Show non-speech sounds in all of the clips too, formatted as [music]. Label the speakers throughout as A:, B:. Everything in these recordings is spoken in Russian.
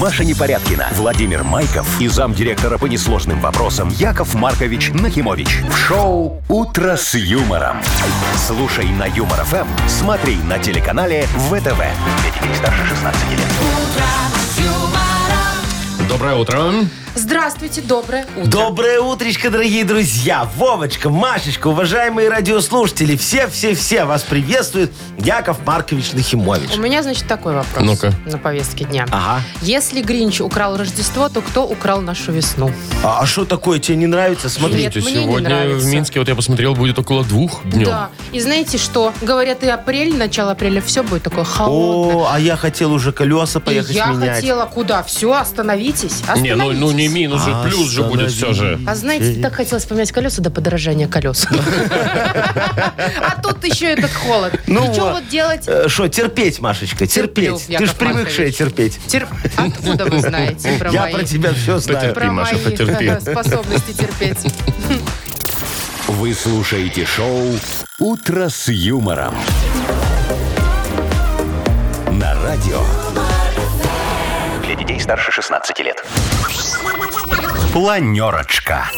A: Маша Непорядкина, Владимир Майков и замдиректора по несложным вопросам Яков Маркович Нахимович. В шоу «Утро с юмором». Слушай на Юмор ФМ, смотри на телеканале ВТВ. Для детей старше 16 лет.
B: Доброе утро.
C: Здравствуйте, доброе утро.
D: Доброе утречко, дорогие друзья! Вовочка, Машечка, уважаемые радиослушатели, все-все-все вас приветствует Яков Маркович Нахимович.
C: У меня, значит, такой вопрос
B: Ну-ка.
C: на повестке дня.
D: Ага.
C: Если Гринч украл Рождество, то кто украл нашу весну?
D: А что такое тебе не нравится? Смотри.
C: Нет, мне не
B: сегодня в
C: нравится.
B: Минске, вот я посмотрел, будет около двух днем.
C: Да. И знаете что? Говорят, и апрель, начало апреля, все будет такое холодное.
D: О, а я хотел уже колеса
C: И
D: поехать
C: я
D: менять.
C: хотела куда? Все, остановитесь. остановитесь.
B: Не, ну, ну не минус, же, плюс же будет все же.
C: А знаете, так хотелось поменять колеса до подорожания
D: [laughs]
C: колес. А тут еще этот холод.
D: Ну
C: И что
D: вот.
C: вот делать?
D: Что, Э, терпеть, Машечка,
C: Терплю,
D: терпеть. Ты
C: Яков
D: ж привыкшая
C: Маркович.
D: терпеть.
C: Тер- Откуда вы знаете про
D: Ну Я
C: мои-
D: про тебя все знаю.
B: Потерпи,
C: про
B: Маша,
C: мои э,
B: потерпи.
C: способности терпеть?
A: Вы слушаете шоу «Утро с юмором». На радио. Для детей старше 16 лет. Планерочка.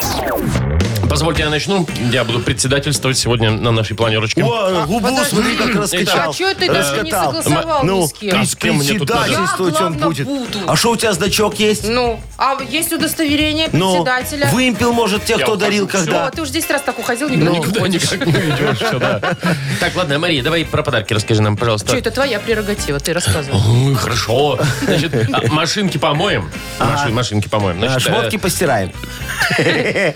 B: Позвольте, я начну. Я буду председательствовать сегодня на нашей планерочке.
D: О, э, губу
C: подожди.
D: смотри, как раскачал.
C: А что ты даже не
D: Раскатал.
C: согласовал
D: Ну,
C: ни с кем?
B: А с кем мне тут надо?
D: Председательствовать
C: Я,
D: он
C: главное,
D: будет.
C: буду.
D: А что у тебя значок есть?
C: Ну, а есть удостоверение
D: Ну,
C: председателя?
D: вымпел, может, те,
B: Я
D: кто
B: ухожу,
D: дарил,
B: всё.
D: когда.
C: О, ты уже 10 раз так уходил,
D: Ну,
C: никуда не
B: Ну, Никуда
C: уходишь.
B: никак не уйдешь. всё, да. Так, ладно, Мария, давай про подарки расскажи нам, пожалуйста.
C: Что, это твоя прерогатива, ты рассказывал.
B: Ой, хорошо. Значит, а, машинки помоем. Маши- Машинки помоем.
D: А,
B: Значит,
D: Шмотки постираем.
B: э,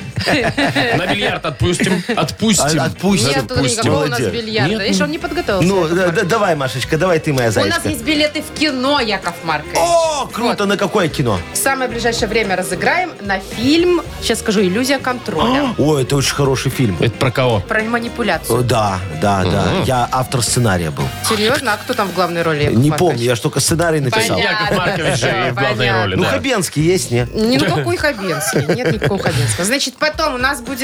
B: на бильярд отпустим. Отпустим.
D: А, отпустим.
C: Нет, тут никакого у нас
D: Молодец.
C: бильярда. Видишь, он не подготовился.
D: Ну,
C: Яков
D: да- да-
C: Маркович.
D: давай, Машечка, давай ты моя
C: У нас
D: зайчка.
C: есть билеты в кино, Яков Маркович.
D: О, круто, на какое кино?
C: В самое ближайшее время разыграем на фильм, сейчас скажу, «Иллюзия контроля».
D: О, это очень хороший фильм.
B: Это про кого?
C: Про
D: О,
C: манипуляцию.
D: Да, да, да. Я автор сценария был.
C: Серьезно? А кто там в главной роли? Яков
D: Не
C: Маркович?
D: помню, я ж только сценарий написал.
C: Понятно.
B: Яков Маркович же и в главной
C: Понятно.
B: роли,
D: Ну,
B: да.
D: Хабенский есть, не?
C: Не
D: [laughs]
C: никакой Хабенский. Нет никакого Хабенского. Значит, потом у нас будет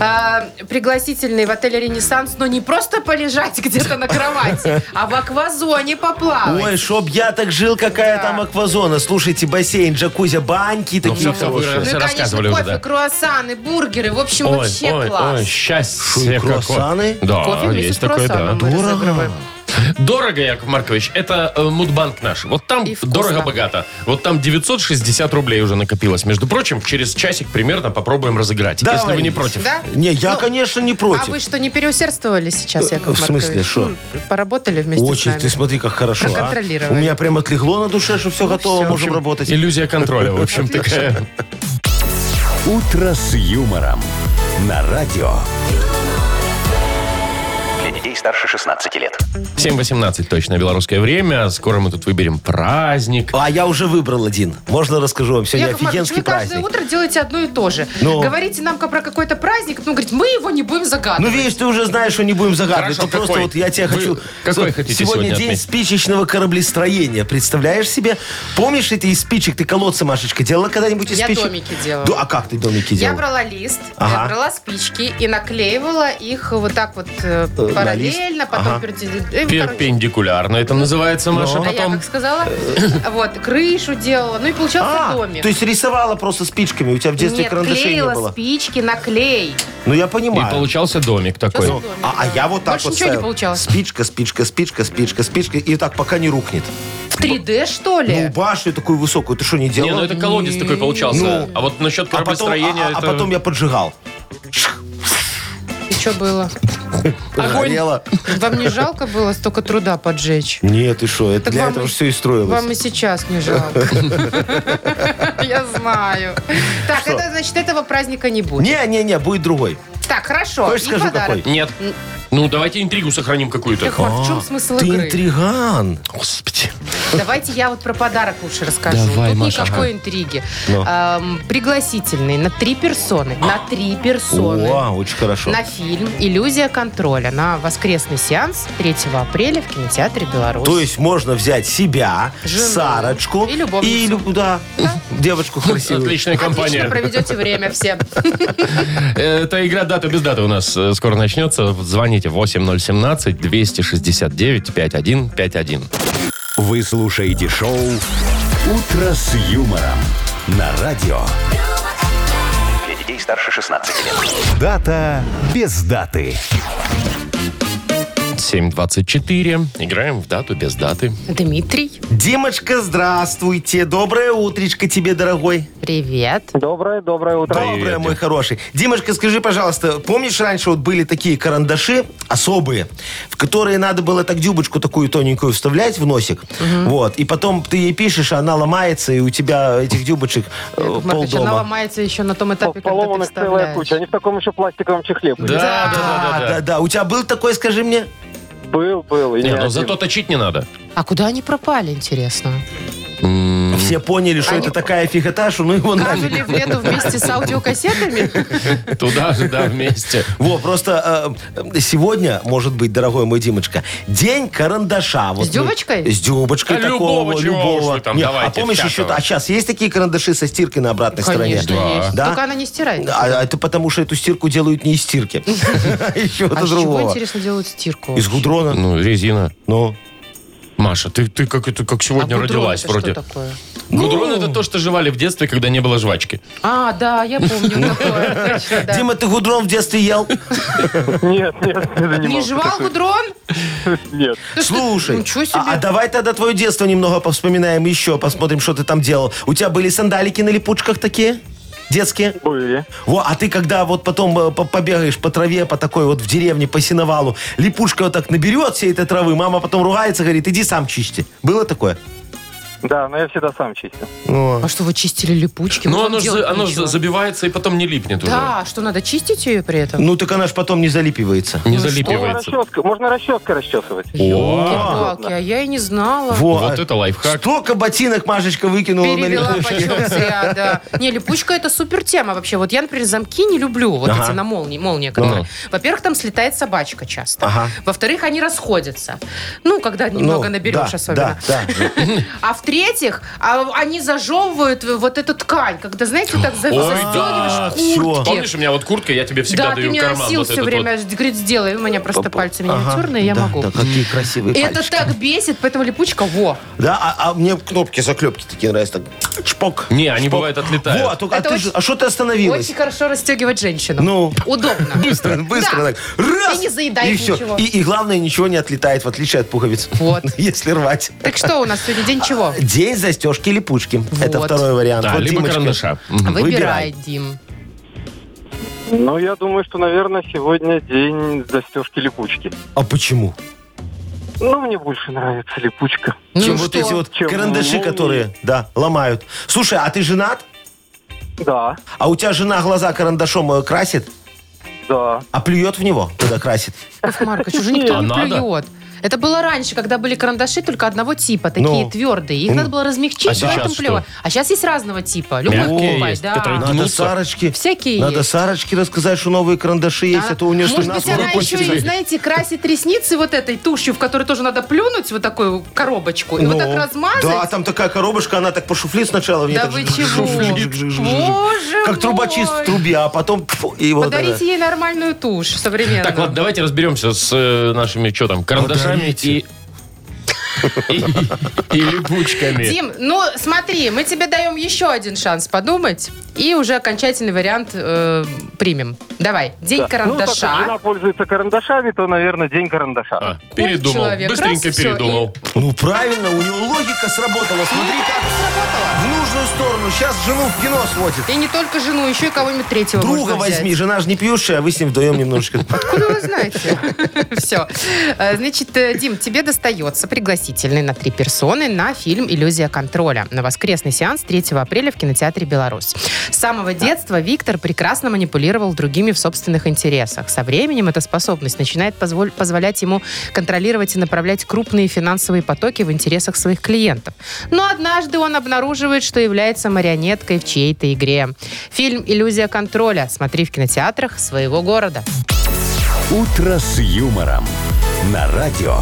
C: а, пригласительный в отеле «Ренессанс», но не просто полежать где-то на кровати, а в аквазоне поплавать.
D: Ой, чтоб я так жил, какая там аквазона. Слушайте, бассейн, джакузи, баньки такие
B: всё, всё,
D: хорошие.
C: ну и,
B: все
C: конечно,
B: рассказывали
C: кофе,
B: уже, да.
C: круассаны, бургеры. В общем, вообще класс.
D: Шо, и
B: счастье
D: круассаны?
B: какое. Да,
C: Кофе вместе
B: есть
C: с
B: такое, да.
C: круассаном мы
D: Дорого.
C: разыгрываем.
B: Дорого, Яков Маркович, это э, мудбанк наш. Вот там
C: И вкусно.
B: дорого-богато. Вот там 960 рублей уже накопилось. Между прочим, через часик примерно попробуем разыграть. Если
D: Давай.
B: вы не против.
C: Да?
D: Не, я,
C: Ну,
D: конечно, не
C: А вы
D: против.
C: что, не переусердствовали сейчас,
D: Э,
C: Яков
D: в смысле,
C: Маркович?
D: шо?
C: Ну, Поработали вместе
D: Очень,
C: с нами.
D: ты смотри, как хорошо, а.
C: Проконтролировали.
D: У меня прям отлегло на душе, что все
C: Ну,
D: готово, можем работать.
B: Иллюзия контроля, в общем, такая.
A: «Утро с юмором» на радио.
E: Для детей старше 16 лет.
B: 7.18 точно белорусское время. Скоро мы тут выберем праздник.
D: А я уже выбрал один. Можно расскажу вам? Сегодня
C: Яков Маркович,
D: офигенский
C: вы каждое
D: праздник.
C: утро делаете одно и то же.
D: Ну.
C: Говорите нам про какой-то праздник, ну, говорит, мы его не будем загадывать.
D: Ну, видишь, ты уже знаешь, что не будем загадывать.
B: Хорошо,
D: Ты просто
B: какой?
D: вот я тебя
B: Вы
D: хочу...
B: какой хотите сегодня
D: день
B: отметить?
D: спичечного кораблестроения. Представляешь себе? Помнишь эти из спичек? Ты колодцы, Машечка, делала когда-нибудь из
C: Я
D: спичек?
C: домики делала.
D: Да, а как ты домики
C: Я
D: делала?
C: брала лист,
D: Ага.
C: я брала спички и наклеивала их вот так вот э,
D: лист?
C: параллельно, потом
D: Ага.
C: перпенди- э, короче.
B: Перпендикулярно это называется,
D: Ну.
B: Маша,
C: А я
B: потом.
C: как сказала, [coughs] вот, крышу делала, ну и получался
D: А,
C: домик.
D: то есть рисовала просто спичками. У тебя в детстве
C: Нет,
D: карандашей не
C: клеила
D: было.
C: спички на клей.
D: Ну, я
B: И
D: понимаю.
B: получался домик такой.
D: Ну, а, а я вот так
C: Больше
D: вот
C: ничего не
D: ставил.
C: получалось.
D: Спичка, спичка, спичка, спичка, спичка. И так, пока не рухнет.
C: В 3D, что
D: Ну,
C: ли?
D: башню такую высокую ты что, не делал?
B: Не, ну это колодец такой получался.
D: Ну.
B: а вот насчет
D: а, потом,
B: кораблестроения...
D: а- а
B: это-
D: потом я поджигал. ну.
C: И что было?
D: Горело.
C: Вам не жалко было столько труда поджечь?
D: Нет, и что, это
C: Так
D: для
C: вам
D: этого
C: и-
D: все и строилось.
C: Вам и сейчас не жалко. [laughs] Я знаю. Так, это значит, этого праздника не будет.
D: Не-не-не, будет другой.
C: Так, хорошо.
D: Хочешь,
C: И
D: скажу,
C: подарок.
D: какой?
B: Нет. Ну, давайте интригу сохраним какую-то.
C: Яков Маркович, в чем смысл
D: А, Ты
C: игры?
D: интриган.
B: А, Господи.
C: Давайте я вот про подарок лучше расскажу.
B: Давай,
C: Тут
B: Маша,
C: никакой интриги.
D: Ну.
C: Эм, пригласительный на три персоны. На три персоны.
D: О, очень хорошо.
C: На фильм «Иллюзия контроля» на воскресный сеанс 3 апреля в кинотеатре «Беларусь».
D: То есть можно взять себя,
C: Жену.
D: Сарочку
C: И любовницу.
D: и люб- да,
B: [laughs]
D: девочку красивую.
B: Отличная
C: Отлично
B: компания.
C: проведете время
D: [laughs]
C: все.
B: Это игра «Дата без даты» у нас э, скоро начнется. Звоните 8017-269-5151.
A: Вы слушаете шоу «Утро с юмором» на радио.
E: Для детей старше 16 лет.
A: Дата без даты.
B: 7.24. Играем в дату без даты.
C: Дмитрий,
D: Димочка, здравствуйте. Доброе утречко тебе, дорогой.
C: привет.
F: Доброе, доброе утро.
B: Привет,
D: Доброе,
B: Дим.
D: мой хороший. Димочка, скажи, пожалуйста, помнишь, раньше вот были такие карандаши особые, в которые надо было так дюбочку такую тоненькую вставлять в носик, вот, и потом ты ей пишешь, а она ломается, и у тебя этих дюбочек э,
C: Яков Маркович, она
D: полдома.
C: ломается еще на том этапе, когда ты
F: Поломанных целая
C: вставляешь.
F: куча. Они в таком еще пластиковом чехле были.
B: Да, да, да, да.
D: да, да. У тебя был такой, скажи мне?
F: Был, был. И
B: Не,
F: не
B: но
F: один.
B: зато точить не надо.
C: А куда они пропали, интересно?
D: Все поняли, что это такая фигота, что ну его нафиг.
C: Капали в лету вместе с аудиокассетами?
B: Туда же, да, вместе.
D: Во, просто э, сегодня, может быть, дорогой мой Димочка, день карандаша. Вот
C: С дюбочкой?
D: мы- С дюбочкой
B: Да
D: такого,
B: любого, чего уж вы там,
D: Не, а
B: давайте,
D: помнишь еще,
B: всякого.
D: а сейчас есть такие карандаши со стиркой на обратной
C: Конечно,
D: стороне?
C: есть.
D: Да?
C: Только она не стирает.
D: А, а это потому, что эту стирку делают не
C: [laughs]
D: из стирки. Еще
C: А
D: это
C: с чего,
D: другого.
C: интересно, делают стирку?
D: Из гудрона.
B: Ну, резина.
D: Ну,
B: Маша, ты, ты как, это, как
C: А
B: сегодня
C: гудрон
B: родилась
C: это
B: вроде.
C: Что такое?
B: Гудрон это то, что жевали в детстве, когда не было жвачки.
C: А, да, я помню такое. Точно, да.
D: Дима, ты гудрон в детстве
C: [laughs]
D: ел?
F: [laughs] Нет, нет, не
C: не
F: занимался.
C: жевал гудрон? Ты
F: Нет.
C: Ну что,
D: Слушай,
C: Ничего
D: а, а
C: себе.
D: давай тогда твое детство немного повспоминаем еще, посмотрим, что ты там делал. У тебя были сандалики на липучках такие? Детские?
F: Были.
D: Во, а ты когда вот потом э, по- побегаешь по траве, по такой вот в деревне, по синовалу, липушка вот так наберет всей этой травы, мама потом ругается, говорит, иди сам чисти. Было такое?
F: Да, но я всегда сам чистил.
C: А что, вы чистили липучки?
B: Ну,
C: Вы
B: оно
C: там
B: же
C: делать
B: за- оно же
C: нечего.
B: забивается и потом не липнет уже.
C: Да, что надо чистить ее при этом?
D: Ну, так она ж потом не залипивается.
B: Не
F: Можно
B: залипивается.
F: расческа, можно расческой расчесывать.
B: О,
C: Елки-палки, а я и не знала.
D: Во, а
B: вот это лайфхак.
D: Столько ботинок Машечка выкинула
C: Перевела
D: на
C: почем
D: липучке.
C: зря, да. Не, липучка это супер тема вообще. Вот я, например, замки не люблю, вот
D: Ага.
C: эти на молнии, молния, которые.
B: Ну.
C: Во-первых, там слетает собачка часто.
D: Ага.
C: Во-вторых, они расходятся. Ну, когда немного
D: Ну,
C: наберешь
D: да,
C: особенно.
D: Да, да.
C: А в-третьих, а, они зажевывают вот эту ткань, когда, знаете, так за-
B: Ой,
D: да,
C: застегиваешь
D: всё.
C: куртки.
B: Помнишь, у меня вот куртка, я тебе всегда
C: да, ты
B: даю в
C: мне
B: карман
C: носил
B: вот
C: все
B: этот
C: время,
B: вот.
C: говорит, сделай. У меня просто пальцы миниатюрные, я
D: Да,
C: могу.
D: Да, какие красивые
C: И это
D: пальчики.
C: так бесит, поэтому липучка, во.
D: Да, а, а мне кнопки, заклепки такие нравятся. Так. Чпок.
B: Не, они бывают отлетают.
D: Вот, только- а
C: Это
D: ты
C: очень-
D: же- а что ты остановилась?
C: Очень хорошо расстегивать женщину.
D: Ну.
C: Удобно.
D: [laughs] Быстро, быстро
C: Да.
D: так. Раз!
C: И не заедает
D: и всё.
C: ничего.
D: И, и главное, ничего не отлетает, в отличие от пуговиц.
C: Вот.
D: [laughs] Если рвать.
C: Так что у нас сегодня день чего?
D: День застежки или пучки. Это
C: Вот.
D: второй вариант.
B: Да,
D: Вот,
B: либо
D: Димочка.
B: карандаша. Мгм.
C: Выбирай,
D: Выбирай.
C: Дим.
F: Ну, я думаю, что, наверное, сегодня день застежки липучки.
D: А почему?
F: Ну, мне больше нравится липучка.
C: Ну
D: Чем
C: и
D: вот
C: что?
D: эти вот
F: Чем
D: карандаши,
F: молнии.
D: которые, да, ломают. Слушай, а ты женат?
F: Да,
D: А у тебя жена глаза карандашом э, красит,
F: да.
D: а плюет в него, когда красит?
C: Яков Маркович, уже никто
B: А
C: не
B: надо?
C: плюет. Это было раньше, когда были карандаши только одного типа, такие
D: Ну.
C: твердые. Их
D: Ну.
C: надо было размягчить,
B: А сейчас
C: поэтому
B: что?
C: плевать. А сейчас есть разного типа. Любой
B: Мягкие
C: покупай,
B: есть,
C: да.
B: которые
D: Надо
B: Гнутся.
D: Сарочке.
C: Всякие
D: Надо
C: есть.
D: Сарочке рассказать, что новые карандаши есть,
C: Да.
D: а то у нее что
C: Может
D: нас
C: быть, она еще
D: выпустили.
C: и, знаете, красит ресницы вот этой тушью, в которую тоже надо плюнуть, вот такую коробочку, и вот
D: Ну,
C: так размазать.
D: Да, там такая коробочка, она так по шуфли сначала. в ней
C: Да
D: так
C: вы
D: жж-
C: чего?
D: жж- жж- жж- жж-
C: Боже
D: Как трубочист
C: мой.
D: в трубе, а потом... пф, и вот это.
C: Подарите ей нормальную тушь современную.
B: Так, ладно, давайте разберемся с э, нашими, что там, карандашами и... И, и липучками.
C: Дим, ну смотри, мы тебе даем еще один шанс подумать и уже окончательный вариант э, примем. Давай, день
F: да. Ну, так как жена
C: карандаша.
F: пользуется карандашами, то, наверное, день карандаша.
B: А, передумал.
C: человек,
B: Быстренько
C: раз, всё,
B: передумал.
D: Ну, правильно, у него логика сработала. Смотри, как в нужную сторону. Сейчас жену в кино сводит.
C: И не только жену, еще и кого-нибудь третьего
D: Друга
C: можно взять.
D: возьми, жена же не пьющая, а вы с ним
C: [laughs]
D: вдвоем немножечко.
C: Откуда вы знаете? [laughs] Все. Значит, э, Дим, тебе достается пригласительный на три персоны на фильм «Иллюзия контроля» на воскресный сеанс 3 апреля в кинотеатре «Беларусь». С самого детства Виктор прекрасно манипулировал другими в собственных интересах. Со временем эта способность начинает позволь- позволять ему контролировать и направлять крупные финансовые потоки в интересах своих клиентов. Но однажды он обнаруживает, что является марионеткой в чьей-то игре. Фильм «Иллюзия контроля» смотри в кинотеатрах своего города.
A: «Утро с юмором» на радио.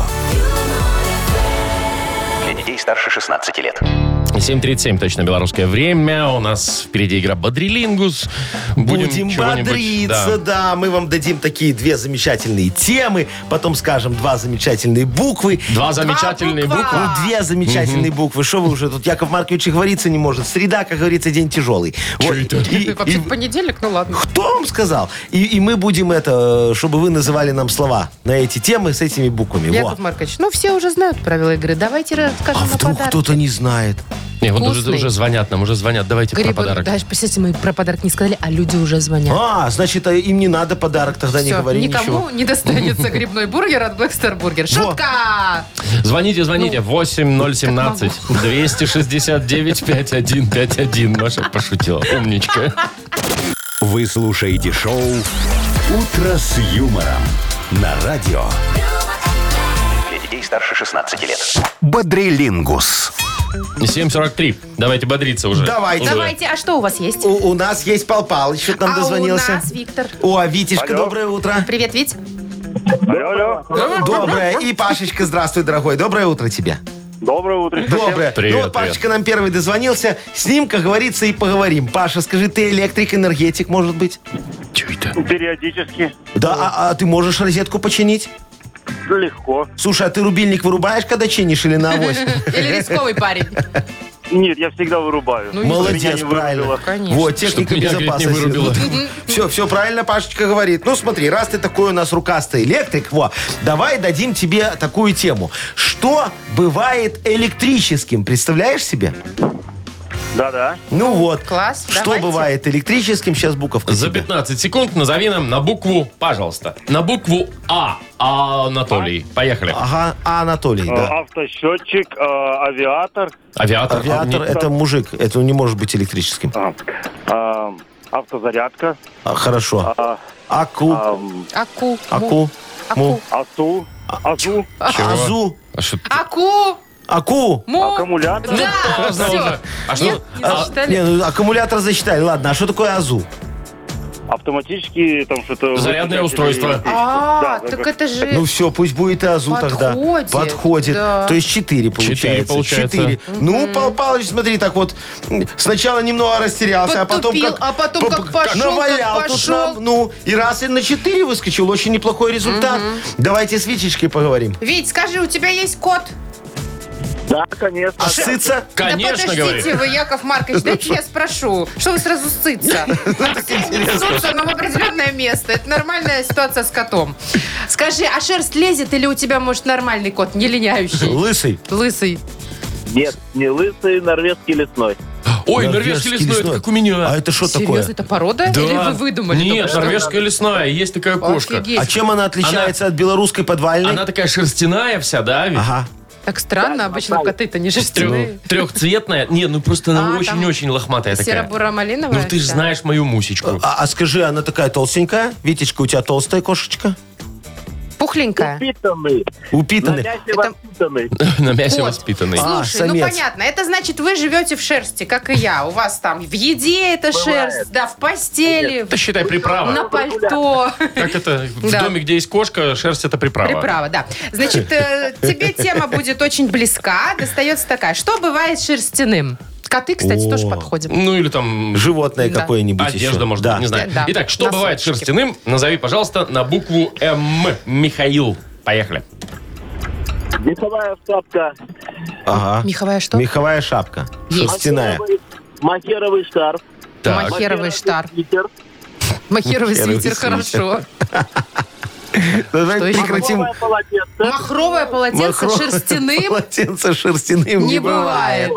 E: Для детей старше 16 лет.
B: 7.37, точно белорусское время. У нас впереди игра «Бодрилингус». Будем,
D: Будем
B: чего-нибудь,
D: бодриться, да. Мы вам дадим такие две замечательные темы, потом скажем два замечательные буквы.
B: Два замечательные
C: А, буква.
B: буквы.
D: Ну, две замечательные буквы. Что вы уже тут? Яков Маркович и говорится не может. Среда, как говорится, день тяжелый. Вот. И-
C: Вообще
D: и-
C: в понедельник, ну ладно.
D: Кто вам сказал? И, и мы будем это, чтобы вы называли нам слова на эти темы с этими буквами. Во.
C: Яков Маркович, ну все уже знают правила игры. Давайте расскажем
D: А
C: о
D: вдруг
C: подарке.
D: кто-то не знает?
B: Не, вот уже,
C: Вкусный.
B: уже звонят нам, уже звонят. Давайте
C: Грибы,
B: про подарок.
C: даже, представьте, мы про подарок не сказали, а люди уже звонят.
D: А, значит, а им не надо подарок, тогда не
C: Всё,
D: говори
C: никому
D: ничего.
C: не достанется грибной бургер от Black Star Burger. Шутка!
B: Звоните, звоните. 8017 269 5151. Маша пошутила. Умничка.
A: Вы слушаете шоу «Утро с юмором» на радио
E: Для детей старше 16 лет.
A: «Бодрилингус».
B: 743. Давайте бодриться уже.
D: Давайте.
B: Уже.
C: Давайте, а что у вас есть?
D: У, у нас есть Пал Палыч, что нам
C: а
D: дозвонился.
C: у нас Виктор.
D: О, Витечка,
F: Алло.
D: доброе утро.
C: Привет, Вить.
F: Алло, алло.
D: Доброе. И Пашечка, здравствуй, дорогой. Доброе утро тебе.
F: Доброе утро.
D: Доброе.
B: Привет,
D: ну вот Пашечка нам первый дозвонился. С ним, как говорится, и поговорим. Паша, скажи, ты электрик, энергетик, может быть?
B: Чё это?
F: Периодически.
D: Да, а, а ты можешь розетку починить?
F: Легко.
D: Слушай, а ты рубильник вырубаешь, когда чинишь или на
B: [laughs]
D: авось?
C: Или рисковый парень.
F: Нет, я всегда вырубаю.
C: Ну,
F: Меня
D: Молодец,
F: не
D: правильно.
F: вырубило.
C: Конечно.
D: Вот, техника
B: Чтоб меня, говорит, не
D: безопасности.
B: вырубило.
D: все, все правильно Пашечка говорит. Ну смотри, раз ты такой у нас рукастый электрик, во, давай дадим тебе такую тему. Что бывает электрическим, представляешь себе?
F: Да-да.
D: Ну вот.
C: Класс,
D: Что
C: давайте.
D: бывает электрическим? Сейчас буковка.
B: За
D: тебе.
B: 15 секунд назови нам на букву, пожалуйста, на букву А. А, Анатолий. Поехали.
D: Ага, а Анатолий, да.
F: Э, Автосчетчик, э, авиатор,
B: Авиатор.
D: Авиатор
B: Не-
D: это мужик, это не может быть электрическим.
F: э, э, автозарядка,
D: А, хорошо.
F: э,
D: Аку,
F: э,
C: Аку.
D: аку,
C: Аку.
F: АСУ, АЗУ,
B: Чего?
D: азу,
B: А
C: [laughs]
B: что-
C: Аку.
D: аку.
F: А
C: Му.
F: аккумулятор.
C: Да,
B: Поздно
C: все.
B: уже. А
C: Нет,
B: что?
C: не
B: а,
C: засчитали?
D: Не, ну, аккумулятор засчитай. Ладно, а что такое азу?
F: автоматически там что-то...
B: Зарядное
F: выключатель
B: устройство.
F: или-
C: А,
F: да,
C: так
F: да.
C: это же...
D: Ну все, пусть будет азу тогда.
C: Подходит,
D: Подходит.
C: да.
D: То есть 4 получается.
B: получается.
D: Четыре. Ну, Пал Палыч, смотри, так вот, м, сначала немного растерялся,
C: Подтупил, а
D: а
C: потом
D: потом
C: как
D: как...
C: пошел, как
D: навалял тут
C: пошел.
D: нам, ну, и раз и на 4 выскочил, очень неплохой результат. Давайте с Витечкой поговорим.
C: Вить, скажи, у тебя есть кот?
F: Да, конечно.
D: А сыться?
B: Конечно,
C: да
B: говорит.
C: подождите вы, Яков Маркович, дайте я спрошу. Что вы сразу
B: [laughs]
C: сыться? Ссутся, но в определенное место. Это нормальная ситуация с котом. Скажи, а шерсть лезет или у тебя, может, нормальный кот, не линяющий?
D: Лысый.
C: Лысый.
F: Нет, не лысый, норвежский лесной.
B: Ой, норвежский лесной, это как у меня.
D: А это что
C: Серьезно,
D: такое?
C: это порода?
B: Да.
C: Или вы выдумали?
B: Нет,
C: только что?
B: норвежская лесная. Есть такая кошка.
C: Офигеть.
D: А чем она отличается от белорусской подвальной?
B: Она такая шерстяная вся, да, ведь?
D: Ага.
C: Так странно, обычно коты-то не шерстяные.
B: Трехцветная. Не, ну просто она
C: А, там
B: очень-очень лохматая Ну, такая.
C: Серо-буро-малиновая.
B: Ну ты же
C: вся.
B: знаешь мою мусечку.
D: А, а скажи, она такая толстенькая? Витечка, у тебя толстая кошечка?
B: Ну,
C: Пухленькая.
F: Питанный.
D: Упитанная?
C: Это-
F: воспитанный.
B: [laughs] На мясе
C: А, Вот.
B: воспитанный.
D: А,
C: Слушай, ну
D: самец.
C: понятно, это значит, вы живете в шерсти, как и я. У вас там в еде это шерсть, да, в постели,
B: Это считай приправа.
C: на пальто.
B: Как это? В
C: Да.
B: доме, где есть кошка, шерсть это приправа.
C: Приправа, да. Значит, э, тебе тема будет очень близка. Достается такая. Что бывает шерстяным? Коты, кстати,
D: О.
C: тоже подходят.
B: Ну или там
D: Животное
C: Да.
B: [laughs]
D: какое-нибудь
B: одежда,
D: еще.
B: может
D: да.
B: быть, не знаю.
C: Да.
B: Итак, что
C: Носочки.
B: бывает шерстяным? Назови, пожалуйста, на букву М. Михаил. Поехали.
F: Весовая вставка.
D: Ага.
C: Меховая что?
D: Меховая шапка.
C: Есть.
D: Шерстяная.
F: Махеровый шарф.
B: Так.
C: Махер- Первый штар.
F: Питер.
C: Махеровый
D: Махеровый
C: свитер,
D: свитер.
C: хорошо.
D: Давай
C: Что еще?
D: прекратим.
F: полотенце.
C: Махровое полотенце
D: Махро-
C: шерстяным
D: [laughs] Полотенце шерстяным
C: не бывает.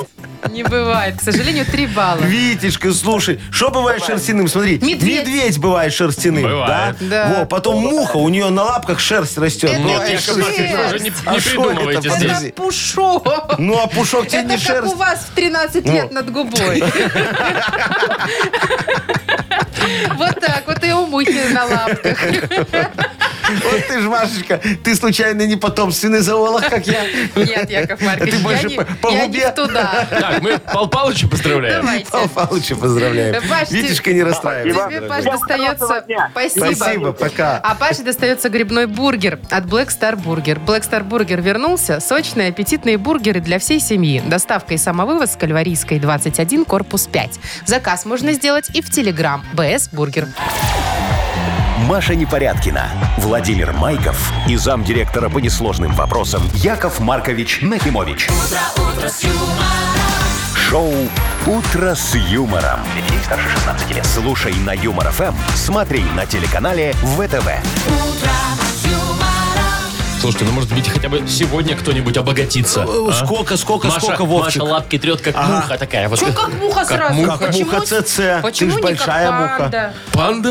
C: Не бывает. К сожалению, три балла.
D: Витечка, слушай, что бывает шерстяным? Смотри,
C: Медведь.
D: бывает шерстяным,
B: Бывает.
C: Да.
D: да? Во, потом муха, у нее на лапках шерсть растет. Ну,
C: Это
D: Бывает
C: Яков
D: шерстяным.
C: Маркович, вы
B: уже не-
D: А
B: не
D: шо
B: придумывайте здесь.
D: это,
C: Это
D: подожди?
C: пушок.
D: Ну, а пушок тебе
C: Это
D: не
C: как у
D: шерсть.
C: вас в 13 лет над губой. Вот так вот и у мухи на лапках.
D: Вот ты ж, Машечка, ты случайно не потомственный зоолог, как я?
C: Нет, Яков Маркович,
D: Ты
C: я
D: больше
C: не-
D: по- по
C: я не
D: губе?
C: туда.
B: Так, мы Пал Палыча поздравляем.
C: Давайте.
D: Павел Павловича поздравляем.
C: Паш, ты-
D: Витечка, не расстраивайся.
C: Тебе, Паш, достается... Спасибо.
D: Спасибо, пока.
C: А Паше достается грибной бургер от Black Star Burger. Black Star Burger вернулся. Сочные, аппетитные бургеры для всей семьи. Доставка и самовывоз с Кальварийской 21, корпус 5. Заказ можно сделать и в Телеграм. БС Бургер.
A: Маша Непорядкина, Владимир Майков и замдиректора по несложным вопросам Яков Маркович Нахимович. Шоу Утро с юмором.
E: Для детей старше 16 лет.
A: Слушай на Юмор ФМ, смотри на телеканале ВТВ.
B: Слушайте, ну может быть хотя бы сегодня кто-нибудь обогатится.
D: Э,
B: а?
D: Сколько, сколько,
B: Маша,
D: сколько, Вовчик?
B: Маша лапки трет, как
D: Ага.
B: муха такая. Вот.
C: Че, Ну, как муха сразу?
B: муха.
D: Как муха ЦЦ. Ты
C: Почему
D: ж
C: не
D: большая
C: как
D: муха.
C: панда?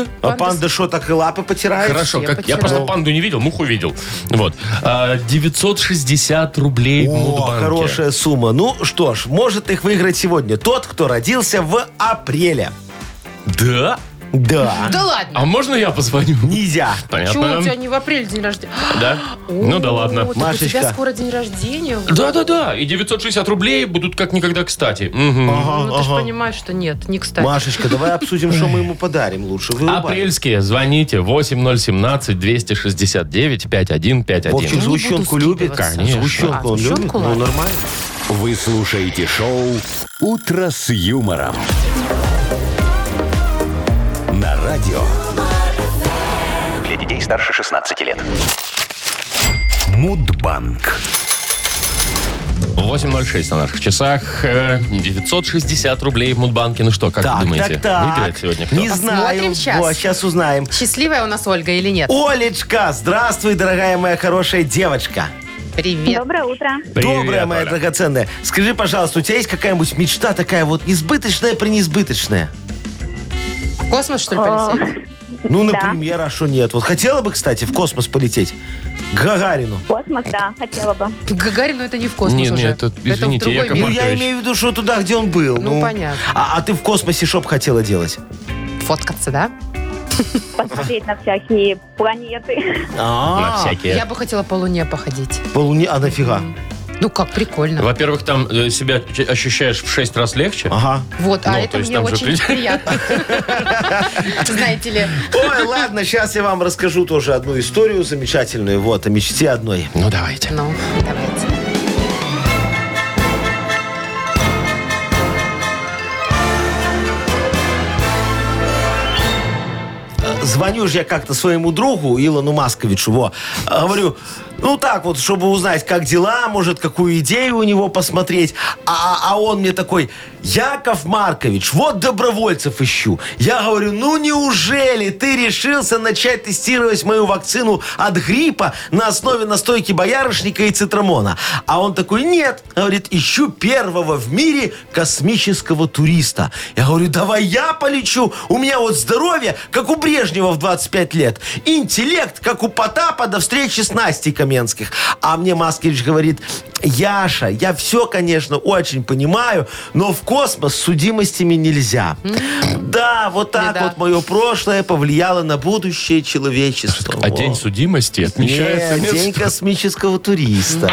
B: Панда?
D: А панда что, так и лапы потирает?
B: Хорошо,
C: я
B: как, я
C: потеряла.
B: просто панду не видел, муху видел. Вот. А, 960 рублей в
D: О,
B: Мудбанке.
D: хорошая сумма. Ну что ж, может их выиграть сегодня тот, кто родился в апреле.
B: Да?
D: Да.
C: Да ладно.
B: А можно я позвоню?
D: Нельзя.
C: Чего у тебя
B: Понятно.
C: не в апреле день рождения?
B: Да? Ну да ладно.
C: О, так У тебя
D: Машечка.
C: скоро день рождения.
B: Да-да-да, и 960 рублей будут как никогда кстати. Мгм.
C: Ну, ты же понимаешь, что нет, не кстати.
D: Машечка, давай обсудим, что мы ему подарим лучше. Вырубай.
B: Апрельские, звоните 8017-269-5151.
D: Вовчик
C: буду
D: сгущенку любит?
C: скидываться.
B: Конечно.
D: Сгущенку
C: А,
D: он любит?
C: сгущенку
D: Ну,
C: ладно.
D: нормально.
A: Вы слушаете шоу Утро с юмором. На радио
E: Для детей старше 16 лет.
A: Мудбанк.
B: 8.06 на наших часах, э, 960 рублей в Мудбанке. Ну что, как
D: Так,
B: вы думаете,
D: так, так.
B: выиграет сегодня кто?
D: Не знаю.
C: Посмотрим щас.
D: Вот, сейчас узнаем.
C: Счастливая у нас Ольга или нет?
D: Олечка, здравствуй, дорогая моя хорошая девочка.
C: Привет.
G: Доброе утро.
B: Привет,
D: Добрая моя
B: Оля.
D: драгоценная. Скажи, пожалуйста, у тебя есть какая-нибудь мечта такая вот несбыточная, принесбыточная?
C: В космос, что ли,
G: А.
C: полетели?
D: Ну,
G: Да.
D: например, а что нет? Вот хотела бы, кстати, в космос полететь? К Гагарину.
G: Космос, да, хотела бы.
C: К Гагарину ну, это не в космос
B: Не, не,
C: уже.
B: это,
C: в
B: извините,
C: другой
B: Яков
D: Ну,
C: мир.
D: я
B: Маркович.
D: имею в виду, что туда, где он был.
C: Ну, понятно.
D: А, а ты в космосе что бы хотела делать?
C: Фоткаться, да?
G: Посмотреть на всякие планеты.
B: На всякие.
C: Я бы хотела по Луне походить.
D: По Луне, а нафига?
C: Ну как, прикольно. Вот,
B: Во-первых, там э, себя ч- ощущаешь в 6 раз легче.
D: Ага.
C: а
B: Ну, то
C: это
B: есть
C: мне
B: там же
C: очень
B: прилет- [laughs]
C: [laughs] приятно. Знаете ли,
D: Ой, ладно, сейчас я вам расскажу тоже одну историю замечательную. Вот, о мечте одной.
B: Ну, давайте.
C: ну, давайте.
D: Звоню же я как-то своему другу Илону Масковичу, во, А говорю, ну так вот, чтобы узнать, как дела, может, какую идею у него посмотреть. А, а он мне такой, Яков Маркович, вот добровольцев ищу. Я говорю, ну неужели ты решился начать тестировать мою вакцину от гриппа на основе настойки боярышника и цитрамона? А он такой, нет, говорит, ищу первого в мире космического туриста. Я говорю, давай я полечу, у меня вот здоровье, как у Брежнева в 25 лет, интеллект, как у Потапа до встречи с Настей Каменских. А мне Маскевич говорит, Яша, я все, конечно, очень понимаю, но в космос с судимостями нельзя. Да, вот так
C: Беда.
D: вот мое прошлое повлияло на будущее человечества.
B: А
D: Во.
B: день судимости отмечается...
D: Нет,
B: мест-
D: Э, день космического туриста.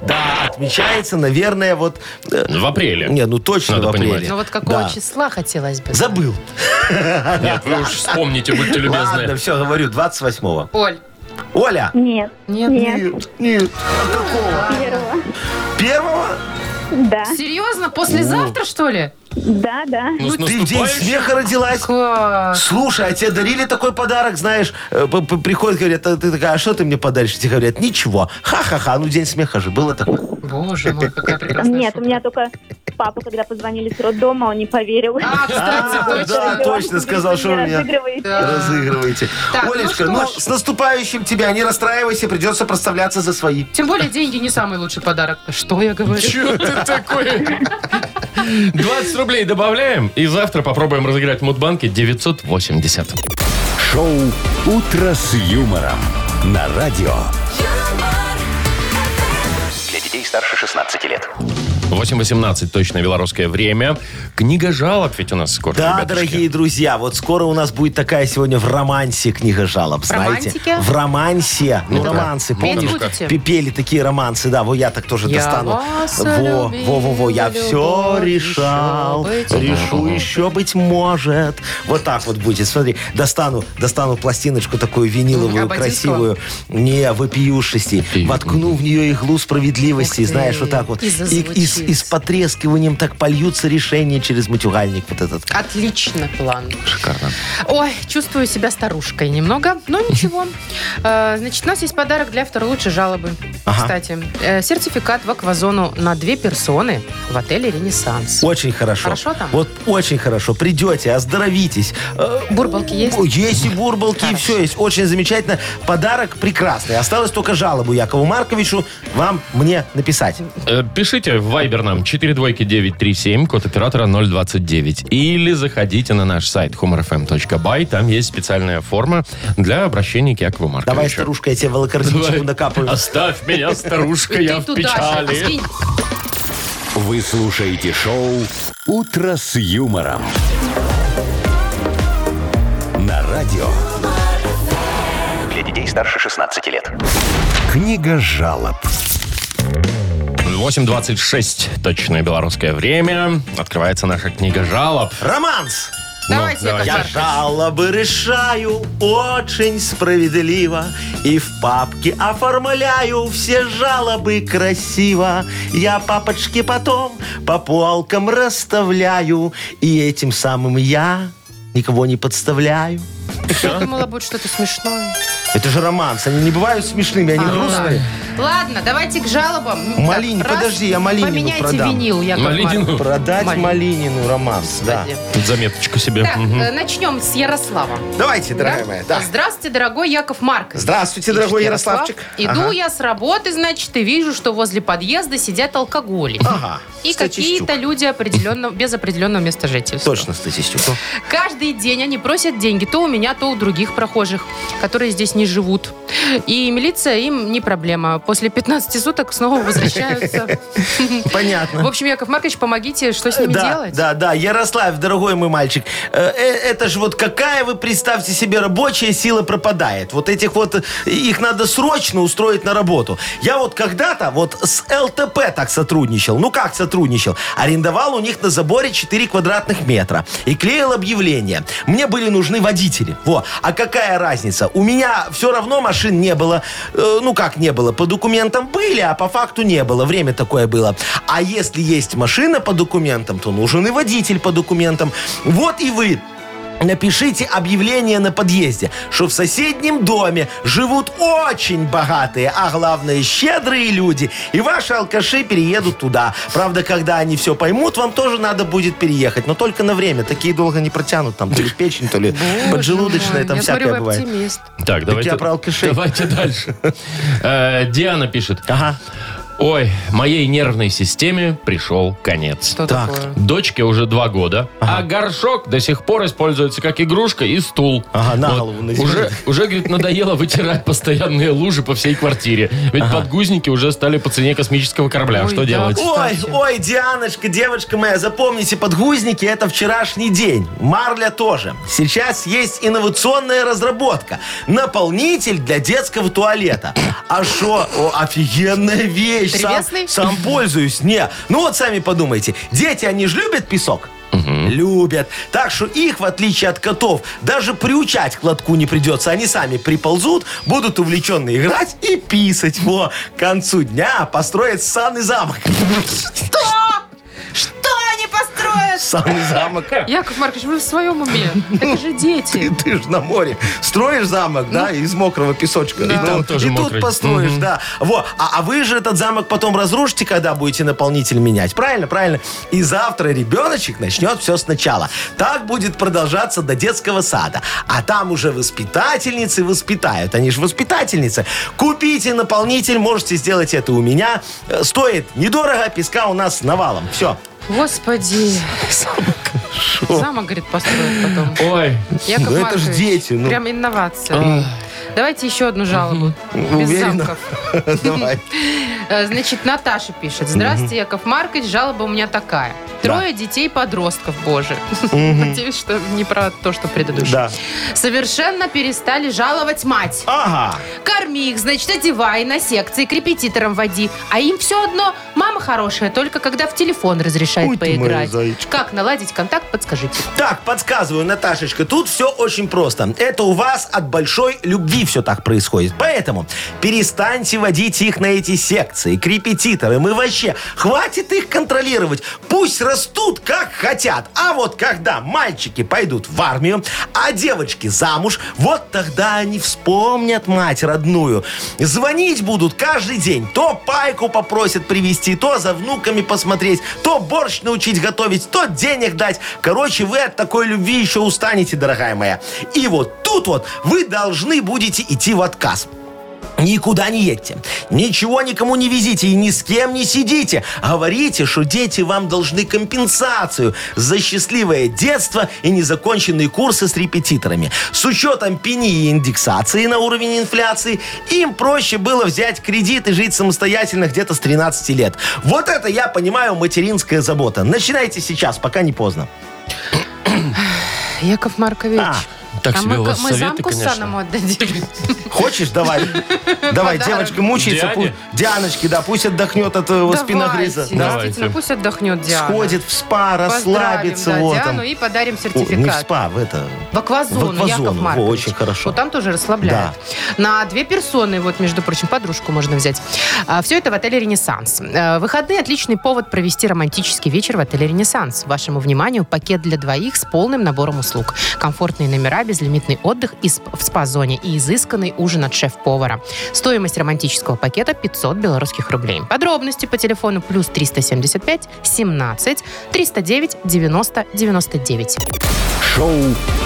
D: Да, отмечается, наверное, вот... э,
B: [laughs] В апреле.
D: Не, ну точно
B: Надо
D: в апреле.
B: понимать.
C: Ну вот какого
D: Да.
C: числа хотелось бы?
D: Забыл.
B: Нет, вы уж вспомните, будьте
D: Ладно,
B: любезны.
D: все, говорю, 28-го.
C: Оль,
D: Оля!
G: Нет.
C: Нет.
D: Нет, нет. А какого?
G: Первого.
D: Первого?
G: Да,
C: серьезно? Послезавтра, что ли?
G: да, да.
B: Ну, с
D: Ты в день
B: наступающим.
D: смеха родилась?
C: Класс.
D: Слушай, а тебе дарили такой подарок, знаешь, э, п- п- приходят, говорят, а ты такая, а что ты мне подаришь? Тебе говорят, ничего. Ха-ха-ха, ну день смеха же, было такое.
C: Боже мой, какая прекрасная
G: Нет, у
C: шутка.
G: меня только папа, когда позвонили с роддома, он не поверил.
C: А, кстати,
D: А,
C: точно.
G: [laughs]
D: да, точно сказал, что у меня.
G: разыгрываете.
C: Да.
D: Разыгрываете.
C: Так, ну
D: Олечка,
C: что
D: ну,
C: ж.
D: с наступающим тебя, не расстраивайся, придется проставляться за свои.
C: Тем более деньги не самый лучший подарок. Что я говорю?
B: Чё ты такое? 20 рублей добавляем, и завтра попробуем разыграть в Мудбанке 980.
A: Шоу Утро с юмором. На радио
E: Для детей старше 16 лет.
B: 8.18, точно белорусское время. Книга жалоб ведь у нас скоро,
D: Да,
B: ребятушки.
D: дорогие друзья, вот скоро у нас будет такая сегодня в романсе книга жалоб, знаете?
C: романтике?
D: В романсе. Ну,
B: Ну-ка.
D: романсы,
C: Ну-ка.
D: помнишь?
C: Петь будете?
D: пе- Пели такие романсы, да, вот я так тоже
C: Я
D: достану.
C: вас
D: Во,
C: любил,
D: во, во, во, я все
C: любовь
D: решал,
C: еще быть
D: решу еще быть может. Вот так вот будет, смотри, достану, достану пластиночку такую
C: а
D: виниловую,
C: Ободинского?
D: красивую, не, вопиюшести, воткну в нее иглу справедливости,
C: Ух ты.
D: знаешь, вот так вот.
C: И
D: и с, и с
C: зазвучит.
D: потрескиванием так польются решения через матюгальник вот этот.
C: Отлично план. Шикарно. Ой, чувствую себя старушкой немного, но
D: [laughs]
C: ничего. Э, Значит, у нас есть подарок для автора лучшей жалобы.
D: Ага.
C: Кстати, Э, сертификат в аквазону на две персоны в отеле «Ренессанс».
D: Очень хорошо.
C: Хорошо там?
D: Вот очень хорошо. Придете, оздоровитесь. Э,
C: Бурбалки есть?
D: о, Есть и бурбалки, и
C: Хорошо.
D: все есть. Очень замечательно. Подарок прекрасный. Осталось только жалобу Якову Марковичу вам мне написать.
B: Э, Пишите в Viber нам 42937, код оператора 029. Или заходите на наш сайт humorfm.by. Там есть специальная форма для обращения к Якову Марковичу.
D: Давай, старушка, я тебе волокординчику
B: Давай.
D: накапаю.
B: Оставь меня, старушка, я в
C: же, а
B: печали.
C: скинь.
D: Ну,
A: Вы слушаете шоу «Утро с юмором». На радио
E: Для детей старше 16 лет.
A: «Книга жалоб».
B: 8.26, точное белорусское время. Открывается наша книга жалоб.
D: Романс!
B: Ну,
C: Давайте,
B: давайте.
D: Я
C: Яков Маркович.
D: жалобы решаю очень справедливо И в папке оформляю все жалобы красиво Я папочки потом по полкам расставляю И этим самым я никого не подставляю
C: Я думала, будет что-то смешное.
D: Это же романс, они не бывают смешными,
C: А,
D: они
C: ну
D: грустные
C: Ладно, давайте к жалобам.
D: Малинь,
C: Так, раз,
D: подожди, я малинину
C: Поменяйте
D: продам.
C: винил, Яков
B: Малинину?
C: Маркович.
D: Продать
C: Малин.
D: малинину романс, да
B: Тут Заметочку себе.
C: Так,
B: Мгм.
C: э, начнем с Ярослава.
D: Давайте, дорогая
C: Да?
D: моя, да.
C: Здравствуйте, дорогой Яков Маркович.
D: Здравствуйте,
C: Пишет
D: дорогой
C: Ярослав.
D: Ярославчик.
C: Иду
D: Ага.
C: я с работы, значит, и вижу, что возле подъезда сидят алкоголики.
D: Ага,
C: И
D: статистюк.
C: какие-то люди определенного, без определенного места жительства.
D: Точно статистику.
C: Каждый день они просят деньги то у меня, то у других прохожих, которые здесь не живут. И милиция им не проблема. После 15 суток снова
D: [laughs]
C: возвращаются.
D: Понятно.
C: В общем, Яков Маркович, помогите, что с ними
D: да,
C: делать?
D: Да, да, Ярослав, дорогой мой мальчик, э, э, это же вот какая, вы представьте себе, рабочая сила пропадает. Вот этих вот, э, их надо срочно устроить на работу. Я вот когда-то вот с ЛТП так сотрудничал. Ну как сотрудничал? Арендовал у них на заборе 4 квадратных метра и клеил объявление. Мне были нужны водители. Во. А какая разница? У меня все равно машин не было. Э, ну как не было? По документам были, а по факту не было. Время такое было. А если есть машина по документам, то нужен и водитель по документам. Вот и вы. Напишите объявление на подъезде, что в соседнем доме живут очень богатые, а главное щедрые люди, и ваши алкаши переедут туда. Правда, когда они все поймут, вам тоже надо будет переехать, но только на время. Такие долго не протянут, там то ли печень, то ли поджелудочная,
C: Боже мой,
D: там
C: я смотрю,
D: всякое
C: вы
D: бывает.
C: оптимист.
B: Так, давайте,
D: я про алкашей.
B: давайте
D: [laughs]
B: дальше. Э, Диана пишет.
D: Ага.
B: Ой, моей нервной системе пришел конец.
C: Что
D: Так.
C: такое?
B: Дочке уже два года, а горшок до сих пор используется как игрушка и стул.
D: Ага, на
B: Вот.
D: голову на землю.
B: уже, уже, говорит, надоело вытирать постоянные лужи по всей квартире. Ведь подгузники уже стали по цене космического корабля.
C: Ой,
B: Что
C: да.
B: делать?
D: Ой,
C: кстати.
D: ой, Дианочка, девочка моя, запомните, подгузники это вчерашний день. Марля тоже. Сейчас есть инновационная разработка. Наполнитель для детского туалета. А что? О, офигенная вещь. Сам,
C: Древесный?
D: сам пользуюсь. Не. Ну вот сами подумайте. Дети, они же любят песок? Любят. Так что их, в отличие от котов, даже приучать к лотку не придется. Они сами приползут, будут увлеченно играть и писать. Во, к концу дня построят санный замок.
C: Что они построят?
D: Санный замок.
C: Яков Маркович, вы в своем уме. Это же дети.
D: Ты, [laughs] ты ж на море. Строишь замок, да, из мокрого песочка.
B: И Ну. там тоже
D: и
B: мокрый.
D: тут построишь,
B: Мгм.
D: да. Во. А, а вы же этот замок потом разрушите, когда будете наполнитель менять. Правильно, правильно. И завтра ребеночек начнет все сначала. Так будет продолжаться до детского сада. А там уже воспитательницы воспитают. Они же воспитательницы. Купите наполнитель, можете сделать это у меня. Э, Стоит недорого, песка у нас навалом. Все.
C: Господи. Замок. Замок, говорит, построят потом.
B: Ой,
C: Яков
D: Ну, это ж
C: Маркович,
D: дети, ну.
C: Прям инновация. Давайте еще одну жалобу. Без
D: Уверена?
C: замков. [laughs]
D: [laughs] Давай.
C: Э, Э, Значит, Наташа пишет. Здравствуйте, Яков Маркович. Жалоба у меня такая. Трое детей-подростков, боже. [laughs] Надеюсь, что не про то, что предыдущее.
D: Да.
C: Совершенно перестали жаловать мать.
D: Ага.
C: Корми их, значит, одевай на секции, к репетиторам води. А им все одно. Мама хорошая, только когда в телефон разрешает
D: Ой, ты моя
C: поиграть.
D: зайчка.
C: Как наладить контакт, подскажите.
D: Так, подсказываю, Наташечка, тут все очень просто. Это у вас от большой любви все так происходит. Поэтому перестаньте водить их на эти секции, к репетиторам и вообще. Хватит их контролировать. Пусть растут как хотят. А вот когда мальчики пойдут в армию, а девочки замуж, вот тогда они вспомнят мать родную. Звонить будут каждый день. То пайку попросят привезти, то за внуками посмотреть, то борщ научить готовить, то денег дать. Короче, вы от такой любви еще устанете, дорогая моя. И вот тут вот вы должны будете идти в отказ. Никуда не едьте. Ничего никому не везите и ни с кем не сидите. Говорите, что дети вам должны компенсацию за счастливое детство и незаконченные курсы с репетиторами. С учетом пени и индексации на уровень инфляции, им проще было взять кредит и жить самостоятельно где-то с 13 лет. Вот это, я понимаю, материнская забота. Начинайте сейчас, пока не поздно.
C: Яков Маркович.
D: А,
B: так
C: а
B: себе
C: мы,
B: у вас
C: мы
B: советы,
C: замку
B: конечно.
C: с Саном отдадим.
D: Хочешь, давай.
C: [laughs]
D: Давай,
C: Подарок.
D: девочка мучается.
B: Диане?
D: пу- Дианочке, да, пусть отдохнет от э, спиногрыза.
C: Давайте,
D: Да.
C: действительно, пусть отдохнет Диана.
D: сходит в спа,
C: Поздравим,
D: расслабится.
C: да,
D: вот
C: Диану
D: там.
C: и подарим
D: О, ну не в
C: сертификат.
D: спа, в это.
C: В аквазону,
D: В аквазону,
C: Яков
D: во,
C: Маркович.
D: очень хорошо.
C: Вот там тоже расслабляет. На две персоны, вот, между прочим, подружку можно взять. все это в отеле «Ренессанс». А, выходные – отличный повод провести романтический вечер в отеле «Ренессанс». Вашему вниманию пакет для двоих с полным набором услуг. Комфортные номера, безлимитный отдых и сп- в спа-зоне и изысканный ужин от шеф-повара. Стоимость романтического пакета – 500 белорусских рублей. Подробности по телефону плюс 375 17 309 90 99.
A: Шоу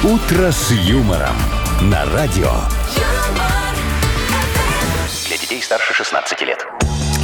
A: «Утро с юмором» на радио.
E: Для детей старше 16 лет.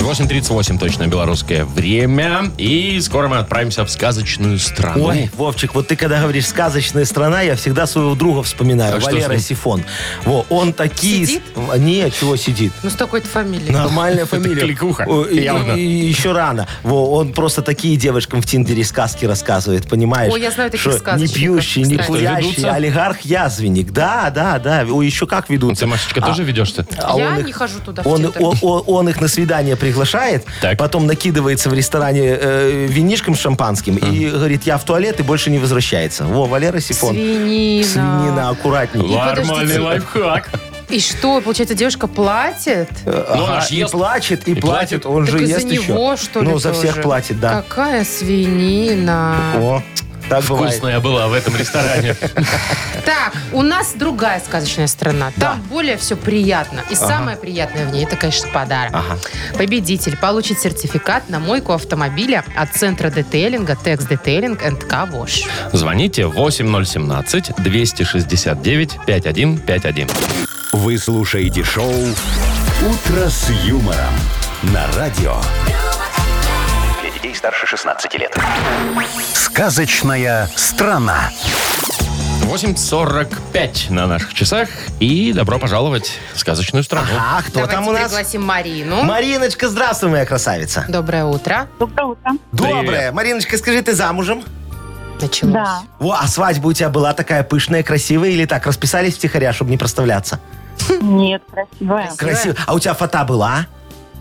B: 8.38 точно белорусское время. И скоро мы отправимся в сказочную страну.
D: Ой, Вовчик, вот ты когда говоришь «сказочная страна», я всегда своего друга вспоминаю,
B: А что с
D: Валера
B: ним?
D: Сифон. Во, он такие...
C: Сидит?
D: Не, чего сидит?
C: Ну, с такой-то фамилией.
D: [laughs] Нормальная фамилия.
B: кликуха,
D: О, и-
B: явно.
D: и- и Еще рано. Во, он просто такие девочкам в Тиндере сказки рассказывает, понимаешь?
C: Ой, я знаю таких
D: Что Не
C: сказочников,
D: пьющий, не
C: кстати.
D: курящий,
B: Ведутся?
D: олигарх-язвенник. Да, да, да. О, еще как ведутся.
B: Ты, Машечка, тоже ведешься?
D: А
C: я
D: он
C: не
D: их-
C: хожу туда в
D: Он,
C: Тиндер.
D: о- о- он их на свидание приглашает,
B: Так.
D: потом накидывается в ресторане э, винишком с шампанским и говорит, я в туалет и больше не возвращается. Во, Валера Сифон.
C: Свинина.
D: Свинина, аккуратней.
B: Нормальный
C: подождите. э,
B: [laughs] лайфхак.
C: И что, получается, девушка платит?
B: Ну,
D: Ага,
B: аж
D: и
B: ест.
D: платит, и,
B: И платит.
D: платит. Он
C: так
D: же
C: из-за
D: ест
C: него,
D: еще.
C: что ли,
D: Ну, за
C: тоже?
D: всех платит, да.
C: Какая свинина.
D: О, так бывает.
B: Вкусная была в этом ресторане.
C: Так, у нас другая сказочная страна. Там более все приятно. И самое приятное в ней, это, конечно, подарок.
D: Ага.
C: Победитель получит сертификат на мойку автомобиля от центра детейлинга Текс Детейлинг НК ВОЖ.
B: Звоните 8017-269-5151.
A: Вы слушаете шоу «Утро с юмором» на радио.
E: Для детей старше 16 лет.
A: Сказочная страна.
B: 8.45 на наших часах. И добро пожаловать в сказочную страну.
D: А кто
C: Давайте
D: там у нас?
C: пригласим Марину.
D: Мариночка, здравствуй, моя красавица.
C: Доброе утро.
G: Доброе утро.
B: Привет.
D: Доброе. Мариночка, скажи, ты замужем?
C: Началось.
G: Да.
D: О, а свадьба у тебя была такая пышная, красивая или так? Расписались втихаря, чтобы не проставляться?
G: Нет, красивая.
D: Красиво. А у тебя фата была?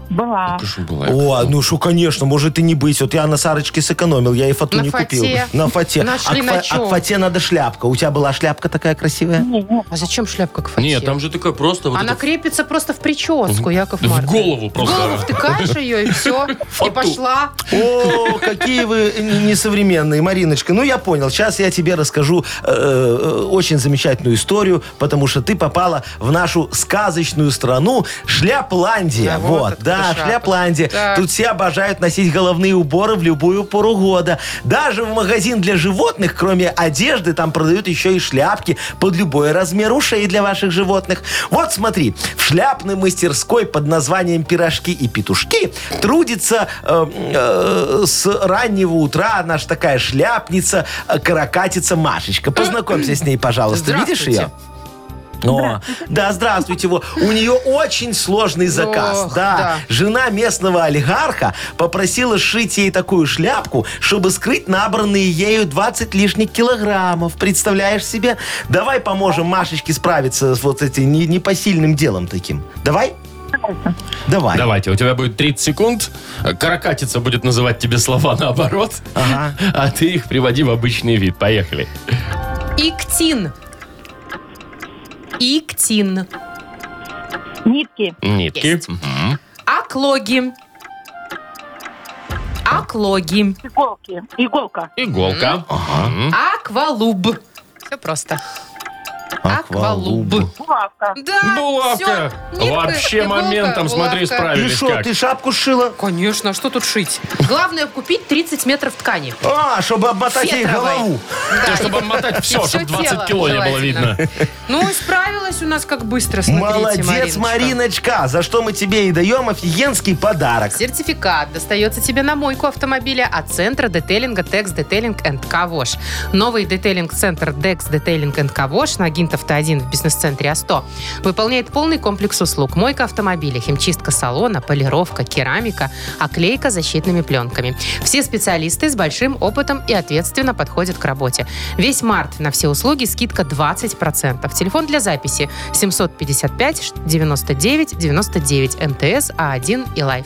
G: Была.
B: Как же бывает.
D: О, ну что, конечно, может и не быть. Вот я на Сарочке сэкономил, я и фату
C: На
D: не
C: фате.
D: купил. На фате.
C: Нашли
D: а, к
C: на
D: фа-
C: чем.
D: а к фате надо шляпка. У тебя была шляпка такая красивая?
G: Не, не,
C: А зачем шляпка к фате?
B: Нет, там же такая просто вот
C: Она
B: это
C: крепится просто в прическу, Яков
B: в
C: Маркович.
B: голову просто.
C: В голову втыкаешь ее,
B: [laughs]
C: и все. И пошла.
D: О, какие вы н- несовременные, Мариночка. Ну, я понял. Сейчас я тебе расскажу э, э, очень замечательную историю, потому что ты попала в нашу сказочную страну Шляпландия.
C: Да, вот
D: вот,
C: откуда
D: да,
C: шляпа.
D: Шляпландия.
C: Так.
D: Тут все обожают носить головные уборы в любую пору года. Даже в магазин для животных, кроме одежды, там продают еще и шляпки под любой размер ушей для ваших животных. Вот смотри, в шляпной мастерской под названием «Пирожки и петушки» трудится э, э, с раннего утра наша такая шляпница, э, каракатица Машечка. Познакомься с ней, пожалуйста. Видишь
C: Здравствуйте.
D: ее? О, да, здравствуйте. Во. У нее очень сложный заказ.
C: Ох,
D: да.
C: да.
D: Жена местного олигарха попросила сшить ей такую шляпку, чтобы скрыть набранные ею 20 лишних килограммов. Представляешь себе? Давай поможем Машечке справиться с вот этим не- непосильным делом таким. Давай? Давай.
B: Давайте, у тебя будет 30 секунд. Каракатица будет называть тебе слова [laughs] наоборот.
D: Ага.
B: А ты их приводи в обычный вид. Поехали.
C: Иктин. Иктин.
G: Нитки.
B: Нитки.
C: Есть.
B: Мгм.
C: Аклоги. Аклоги.
G: Иголки. Иголка.
B: Иголка. А, Мгм.
C: Аквалуб. Все просто. Аквалуб.
G: Булавка.
C: Да,
B: Булавка.
C: всё. Нитка,
B: Ну, Вообще
C: иголка,
B: моментом, смотри,
C: булавка.
D: И
B: справились
D: что,
B: как.
D: ты шапку сшила?
C: Конечно, а что тут шить? Главное купить 30 метров ткани.
D: А, чтобы обмотать ей
C: Фетровой.
D: голову.
C: Да,
B: Да, чтобы
C: и-
B: обмотать все,
C: и всё
B: чтобы 20
C: тело
B: кило не было
C: желательно.
B: видно.
C: Ну, справилась у нас как быстро, смотрите,
D: Молодец,
C: Мариночка.
D: Мариночка, за что мы тебе и даем офигенский подарок.
C: Сертификат достается тебе на мойку автомобиля от центра детейлинга Текс Детейлинг энд Кавош. Новый детейлинг-центр Dex Detailing and Кавош на Гинтовта 1 в бизнес-центре А100 выполняет полный комплекс услуг. Мойка автомобиля, химчистка салона, полировка, керамика, оклейка защитными пленками. Все специалисты с большим опытом и ответственно подходят к работе. Весь март на все услуги скидка 20%. Телефон для записи 755 99 99 МТС А1 А и Лайф.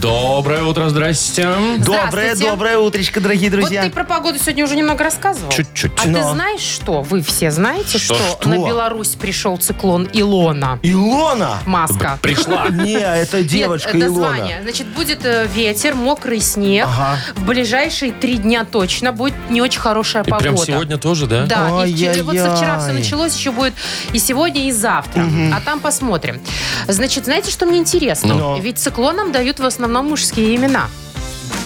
B: Доброе утро, здрасте.
D: Доброе,
C: Здравствуйте.
D: доброе утречко, дорогие друзья.
C: Вот ты про погоду сегодня уже немного рассказывал.
B: Чуть-чуть.
C: А ты
D: Но.
C: знаешь что? Вы все знаете, что,
B: Что?
C: на
D: Что?
C: Беларусь пришел циклон Илона.
D: Илона!
C: Маска.
B: Пришла.
C: [laughs]
D: Не, это девочка
C: Нет, это
D: Илона.
C: звание. Значит, будет э, ветер, мокрый снег.
D: Ага.
C: В ближайшие три дня точно будет не очень хорошая
B: И
C: погода.
B: прям сегодня тоже, да?
C: Да, и вчера-
D: Ай-яй-яй.
C: вот со вчера все началось, еще будет и сегодня, и завтра. А там посмотрим. Значит, знаете, что мне интересно?
D: Ну.
C: Ведь циклонам дают в основном мужские имена.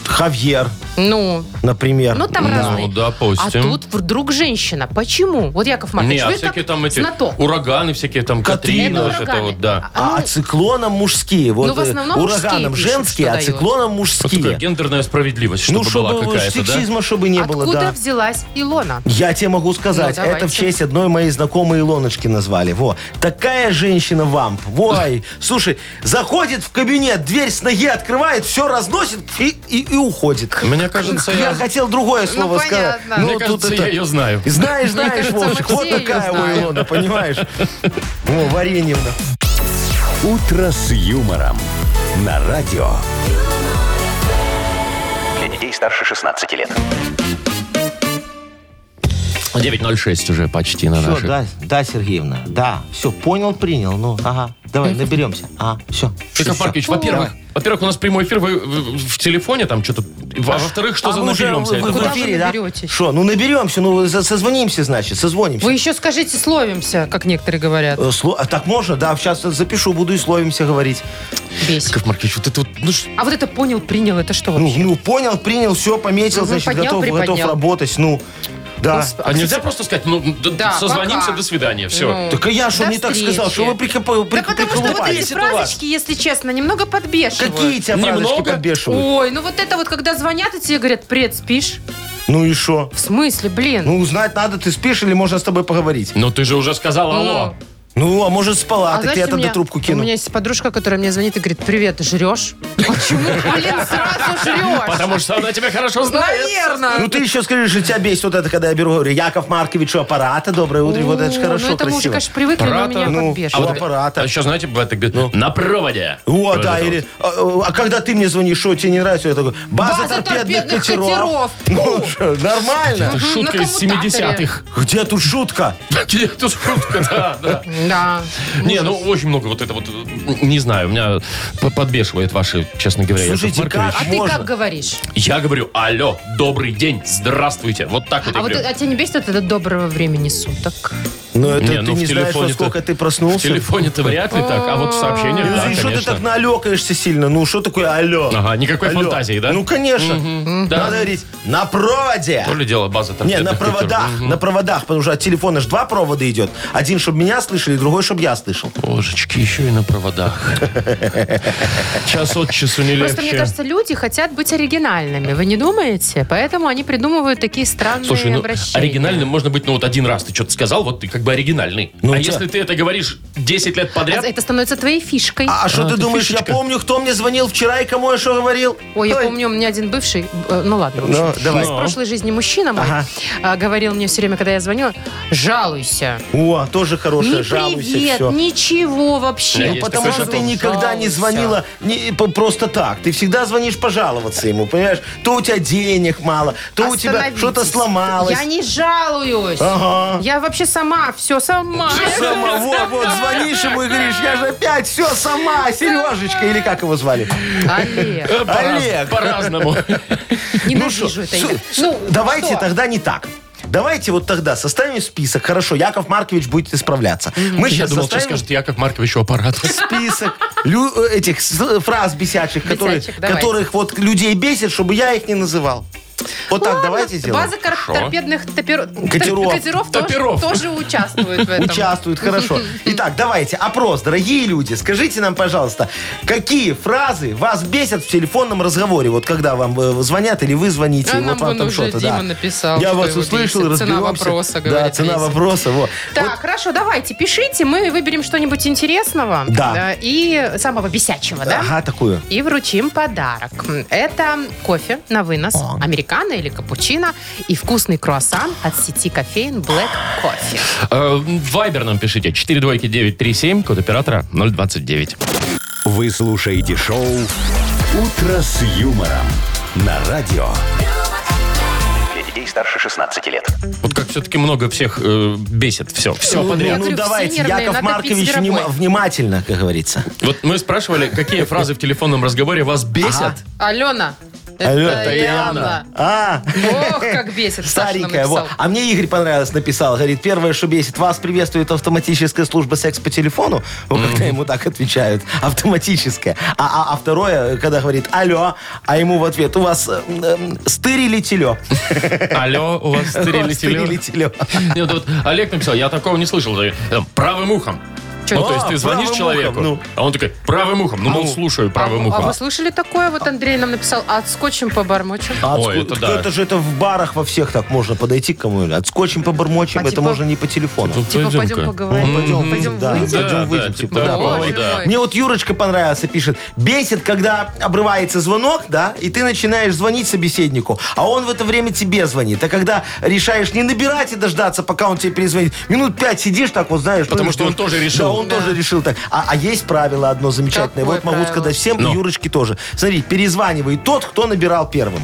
D: Хавьер,
C: Ну,
D: например.
C: ну там
B: Ну,
C: разные.
B: допустим.
C: А тут вдруг женщина. Почему? Вот, Яков
B: Не,
C: Маркович,
B: а
C: вы
B: всякие
C: так
B: там эти
C: знаток.
B: ураганы, всякие там
D: Катрина.
B: Катрина,
C: Это
B: вот это
C: ураганы.
B: вот, да.
D: а
C: ну,
D: циклоном мужские. Вот
C: Ну, в
D: э,
C: основном мужские
D: ураганом
C: пишут,
D: женские,
C: что
D: а
C: дают.
D: циклоном
B: Вот такая
D: мужские.
B: гендерная справедливость, чтобы
D: ну,
B: была
D: чтобы вот
B: какая-то, да?
D: сексизма, чтобы не было,
C: Откуда
D: да.
C: взялась Илона?
D: Я тебе могу сказать,
C: Ну,
D: это в
C: давайте.
D: честь одной моей знакомой Илоночки назвали. Во, такая женщина вамп.
C: [laughs]
D: Вой, слушай, заходит в кабинет, дверь с ноги открывает, все разносит и, и- и уходит.
B: Мне кажется,
D: Я
B: я...
D: хотел другое слово сказать.
C: Ну,
D: Ну,
C: понятно.
B: Мне кажется, я ее знаю.
D: Знаешь, знаешь,
C: кажется,
D: Вовчик,
C: мы
D: вот
C: все её
D: такая
C: знаем.
D: у Илона, понимаешь? О, Вареньевна.
A: «Утро с юмором» на радио.
E: Для детей старше 16 лет.
B: 9.06 уже почти на
D: Все,
B: наших.
D: да, да, Сергеевна, да, все, понял, принял, ну, ага, давай, наберемся, а, все.
B: Яков Маркович, во-первых, во-первых, у нас прямой эфир, вы вы в телефоне там что-то... А во-вторых, что за наберемся? Это
C: вы-
B: значит,
C: вы наберетесь?
D: Что, ну наберемся, ну за- созвонимся, значит, созвонимся.
C: Вы еще скажите, словимся, как некоторые говорят.
D: Э, сло- а так можно? Да, сейчас запишу, буду и словимся говорить.
C: Бесит.
B: Яков Маркович, вот это вот... ну ш-
C: А вот это понял, принял, это что
D: Ну,
C: вообще?
D: ну, понял, принял, все, пометил,
C: Мгм,
D: значит,
C: поднял,
D: готов,
C: приподнял.
D: готов работать, ну, да.
C: Господи.
B: А нельзя просто сказать, ну, д-
C: Да,
B: созвонимся,
C: пока.
B: до свидания, все.
C: Ну.
D: Так а я что
C: До
D: не так
C: встречи.
D: сказал, что вы прик-
C: Да
D: прик-
C: потому что вот эти
D: приколупались у вас?
C: фразочки, если честно, немного подбешивают.
D: Какие тебя фразочки
B: Немного?
D: подбешивают?
C: Ой, ну вот это вот, когда звонят и тебе говорят, привет, спишь?
D: Ну и что?
C: В смысле, блин?
D: Ну, узнать надо, ты спишь или можно с тобой поговорить?
B: Но Ну, ты же уже сказал алло.
D: Ну, а может спала, так
C: знаете,
D: я
C: у
D: тогда
C: меня-
D: трубку кину.
C: У меня есть подружка, которая мне звонит и говорит, привет, ты
D: [laughs]
C: жрешь? Почему, блин, сразу жрешь?
B: Потому что она тебя хорошо знает.
C: Наверное.
D: Ну ты еще скажи, что тебя бесит вот это, когда я беру, говорю, Яков Маркович, у аппарата, доброе утро, вот это же
C: О,
D: хорошо,
C: Ну, это мы уже,
D: красиво.
C: конечно, привыкли, но
B: Аппарата,
C: меня
D: ну,
B: А
D: у
C: подбешивает.
B: вот-
D: аппарата.
B: А еще, знаете, бывает так, говорит, на проводе.
D: Ну. О,
B: Вот
D: да,
B: это
D: или
B: вот.
D: а, а когда ты мне звонишь, что тебе не нравится, я такой, база,
C: База
D: торпедных,
C: торпедных
D: катеров. [laughs] Ну, что, нормально.
B: Это
C: Мгм,
B: шутка
C: на
B: из [laughs] 70-х.
D: Где тут шутка?
B: Где эта шутка, да,
D: [laughs]
B: да.
C: Да.
B: Не, ну очень много вот это вот, э, не знаю, меня п- подбешивает ваши, честно говоря, Яков
D: Слушайте, а-
B: Маркович.
C: А
D: как
C: ты
D: можно?
C: как говоришь?
B: Я говорю, алло, добрый день, здравствуйте. Вот так вот я
C: А вот
B: говорю.
C: а тебя не бесит вот это доброго времени суток?
D: Но это
B: Не,
D: ты
B: ну, в
D: не знаешь,
B: телефоне-то-
D: насколько ты
B: В
D: проснулся.
B: телефоне-то вряд ли так, а вот в сообщениях,
D: Ну,
B: да,
D: и что ты так
B: конечно.
D: налекаешься сильно? Ну, что такое алло?
B: Ага, никакой
D: Алло.
B: фантазии, да?
D: Ну, конечно. Надо говорить на проводе.
B: То ли дело база там.
D: Не,
B: где-то
D: на
B: в Питере.
D: проводах,
B: Мгм.
D: на проводах, потому что от телефона же два провода идет. Один, чтобы меня слышали, другой, чтобы я слышал.
B: Божечки, еще и на
D: [laughs]
B: проводах. Час от часу не
C: Просто, мне
B: легче.
C: кажется, люди хотят быть оригинальными. Вы не думаете? Поэтому они придумывают такие странные
B: Слушай, ну
C: обращения.
B: оригинальным можно быть, ну вот один раз ты что-то сказал, вот ты как бы оригинальный.
D: Ну,
B: а
D: у тебя-
B: если ты это говоришь 10 лет
C: А
B: подряд,
C: Это становится твоей фишкой.
D: А что ты
B: это
D: думаешь,
B: фишечка.
D: я помню, кто мне звонил вчера и кому я что говорил?
C: Ой, я
D: Ой.
C: помню, у меня один бывший, э, ну ладно, в общем,
D: Ну, давай.
C: из прошлой жизни мужчина мой
D: Ага.
C: а, говорил мне все время, когда я звонила, жалуйся.
D: О, тоже хорошая,
C: Ни
D: жалуйся,
C: привет,
D: все.
C: ничего вообще.
B: Да,
C: Ну,
B: есть
C: потому
B: такое
D: Потому что
B: же
D: ты
B: было.
D: никогда не
C: Жалуйся.
D: звонила не, по- просто так. Ты всегда звонишь пожаловаться ему, понимаешь? То у тебя денег мало, то а у тебя
C: Остановитесь.
D: что-то сломалось.
C: Я не жалуюсь.
D: Ага.
C: Я вообще сама, все сама.
D: Сама, вот, вот, звонишь ему и говоришь, я же опять все сама, Сережечка, или как его звали?
C: Олег,
B: э, пораз-
D: Олег.
B: по-разному.
C: ненавижу это
D: Ну Су-
C: имя.
D: су-
C: Ну,
D: давайте
C: что?
D: тогда не так. Давайте вот тогда составим список. Хорошо, Яков Маркович будет исправляться. [laughs] Мы
B: Я
D: сейчас
B: думал, ты
D: составим
B: скажет Яков Маркович у аппарата.
D: список лю- э, этих с- фраз бесячих, которые,
C: Бесячих, давайте.
D: которых вот людей бесит, чтобы я их не называл. Вот так
C: Ладно,
D: давайте сделаем.
C: База кор- торпедных топер-
D: Катеров.
C: катеров тоже-
B: Топеров.
C: тоже участвует в этом.
D: Участвуют, хорошо.
C: [laughs]
D: Итак, давайте, опрос, дорогие люди. Скажите нам, пожалуйста, какие фразы вас бесят в телефонном разговоре? Вот когда вам э, звонят или вы звоните,
C: А
D: и вот
C: нам
D: вам
C: вон
D: там
C: уже
D: что-то,
C: Дима
D: да.
C: написал,
D: Я
C: что
D: вас
C: его
D: услышал,
C: бесит.
D: разберемся.
C: Цена вопроса,
D: Да,
C: говорит,
D: цена
C: бесит.
D: вопроса, вот.
C: Так, хорошо, давайте, пишите, мы выберем что-нибудь интересного. э,
D: Да.
C: И самого бесячего, да?
D: э, Ага, такую.
C: И вручим подарок. Это кофе на вынос, американо или капучино, и вкусный круассан от сети кофеин Black Coffee.
B: Э, в Вайбер нам пишите. 42937, код оператора 029.
A: Вы слушаете шоу «Утро с юмором» на радио.
E: Для детей старше 16 лет.
B: Вот как все-таки много всех э, бесит. Все, все
D: Ну,
B: подряд.
D: Ну,
C: Смотрю, все
D: давайте,
C: нервные,
D: Яков
C: надо
D: Маркович,
C: пить зверобой.
D: внима- внимательно, как говорится.
B: Вот мы спрашивали, какие фразы в телефонном разговоре вас бесят.
C: Алена, это,
D: Алло,
C: Яна.
B: Яна.
D: А,
C: Ох, как бесит. Саша нам
D: старенькая.
C: написал.
D: Вот. А мне Игорь понравилось, написал. Говорит, первое, что бесит, вас приветствует автоматическая служба секс по телефону. Вот когда ему так отвечают. Автоматическая. А, а- а второе, когда говорит алло, а ему в ответ, у вас э, м, стырили теле.
B: Алло, у вас стрели
D: Стырили
B: теле.
D: теле.
B: Нет, вот Олег написал, я такого не слышал. Там, Правым ухом.
C: Чё?
B: Ну, то есть ты
D: А,
B: звонишь
D: правым
B: человеку,
D: ухом, ну.
B: а он такой, правым ухом. Ну, мол, слушаю правым
C: А
B: ухом.
C: вы слышали такое? Вот Андрей нам написал, отскочим по бармочу.
D: А
B: Ой,
D: отску-
B: это
D: так
B: да.
D: это же это в барах во всех так можно подойти к кому-нибудь. Отскочим, побормочим,
C: А
D: это
C: типа-
D: можно не по телефону.
B: Тут
C: Типа,
B: пойдём-ка.
C: пойдем поговорим.
D: Пойдем,
C: Пойдем
D: да,
C: выйдем.
D: пойдем
B: Да,
D: выйдем,
B: да,
D: типа,
B: типа
D: да,
B: такого,
D: поговорим.
B: да.
D: Мне вот Юрочка понравился, пишет. Бесит, когда обрывается звонок, да, и ты начинаешь звонить собеседнику, а он в это время тебе звонит. А когда решаешь не набирать и дождаться, пока он тебе перезвонит, минут пять сидишь так вот, знаешь.
B: Потому
D: ну,
B: что он
D: ждёшь.
B: тоже решил.
D: Да, он тоже решил так. А, а есть правило одно замечательное.
C: Какое
D: вот могу
C: правило?
D: сказать всем,
B: Ну.
D: и Юрочке тоже. Смотри, перезванивает тот, кто набирал первым.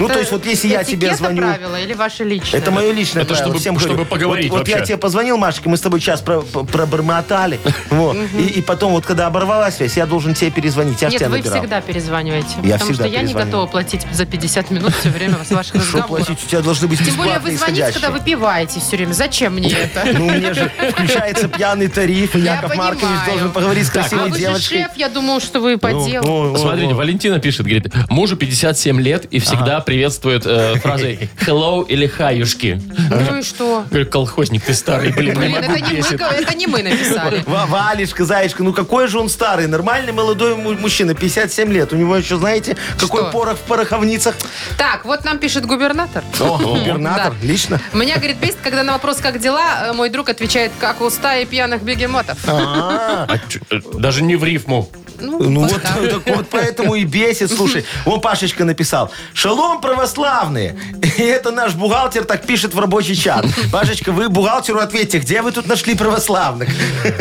D: ну,
C: Это
D: то есть вот если я тебе
C: этикета
D: звоню...
C: правило или ваше личное?
D: Это мое личное
B: Это
D: правило.
B: чтобы-
D: Всем
B: чтобы
D: говорю.
B: поговорить
D: Вот, вот я
B: вообще.
D: тебе позвонил, Машечка, мы с тобой час про-
B: [laughs]
D: про- пробормотали. Вот. И и потом, вот когда оборвалась связь, я должен тебе перезвонить. Я ж
C: Нет,
D: тебя
C: вы
D: набирал.
C: всегда перезваниваете.
D: Я
C: потому
D: всегда
C: что я не
D: перезваниваю.
C: готова платить за 50 минут все время с ваших
D: Что
C: разговоров.
D: платить? У тебя должны быть
C: Тем более вы
D: бесплатные
C: звоните, когда
D: исходящие.
C: вы пиваете все время. Зачем мне это?
D: [laughs] Ну, мне же включается пьяный тариф, и
C: Я
D: Яков
C: понимаю.
D: Маркович должен поговорить с
C: А
D: красивой
C: вы же
D: девочкой.
C: шеф, я думал, что вы по
D: Ну,
C: делу.
D: О, о,
B: Смотрите, Валентина пишет, говорит, мужу 57 лет и всегда приветствует э, фразой «hello» или «хаюшки».
C: Ну и что?
B: Говорю, колхозник ты старый, блин, не
C: Блин,
B: могу,
C: это не, мы,
B: бесит».
C: это не мы
D: [laughs]
C: написали.
D: Ва- Валечка, Заячка, ну какой же он старый, нормальный молодой му- мужчина, 57 лет. У него еще, знаете, какой
C: Что?
D: порох в пороховницах.
C: Так, вот нам пишет губернатор.
D: О, губернатор,
C: Да. [laughs]
D: лично.
C: Меня, говорит, бесит, когда на вопрос «как дела?» э, мой друг отвечает «как у стаи пьяных бегемотов».
B: А чё, э, Даже не в рифму.
D: Ну вот, так вот поэтому и бесит. Слушай, вон Пашечка написал. Шалом православные. И это наш бухгалтер так пишет в рабочий чат. Пашечка, вы бухгалтеру ответьте, где вы тут нашли православных?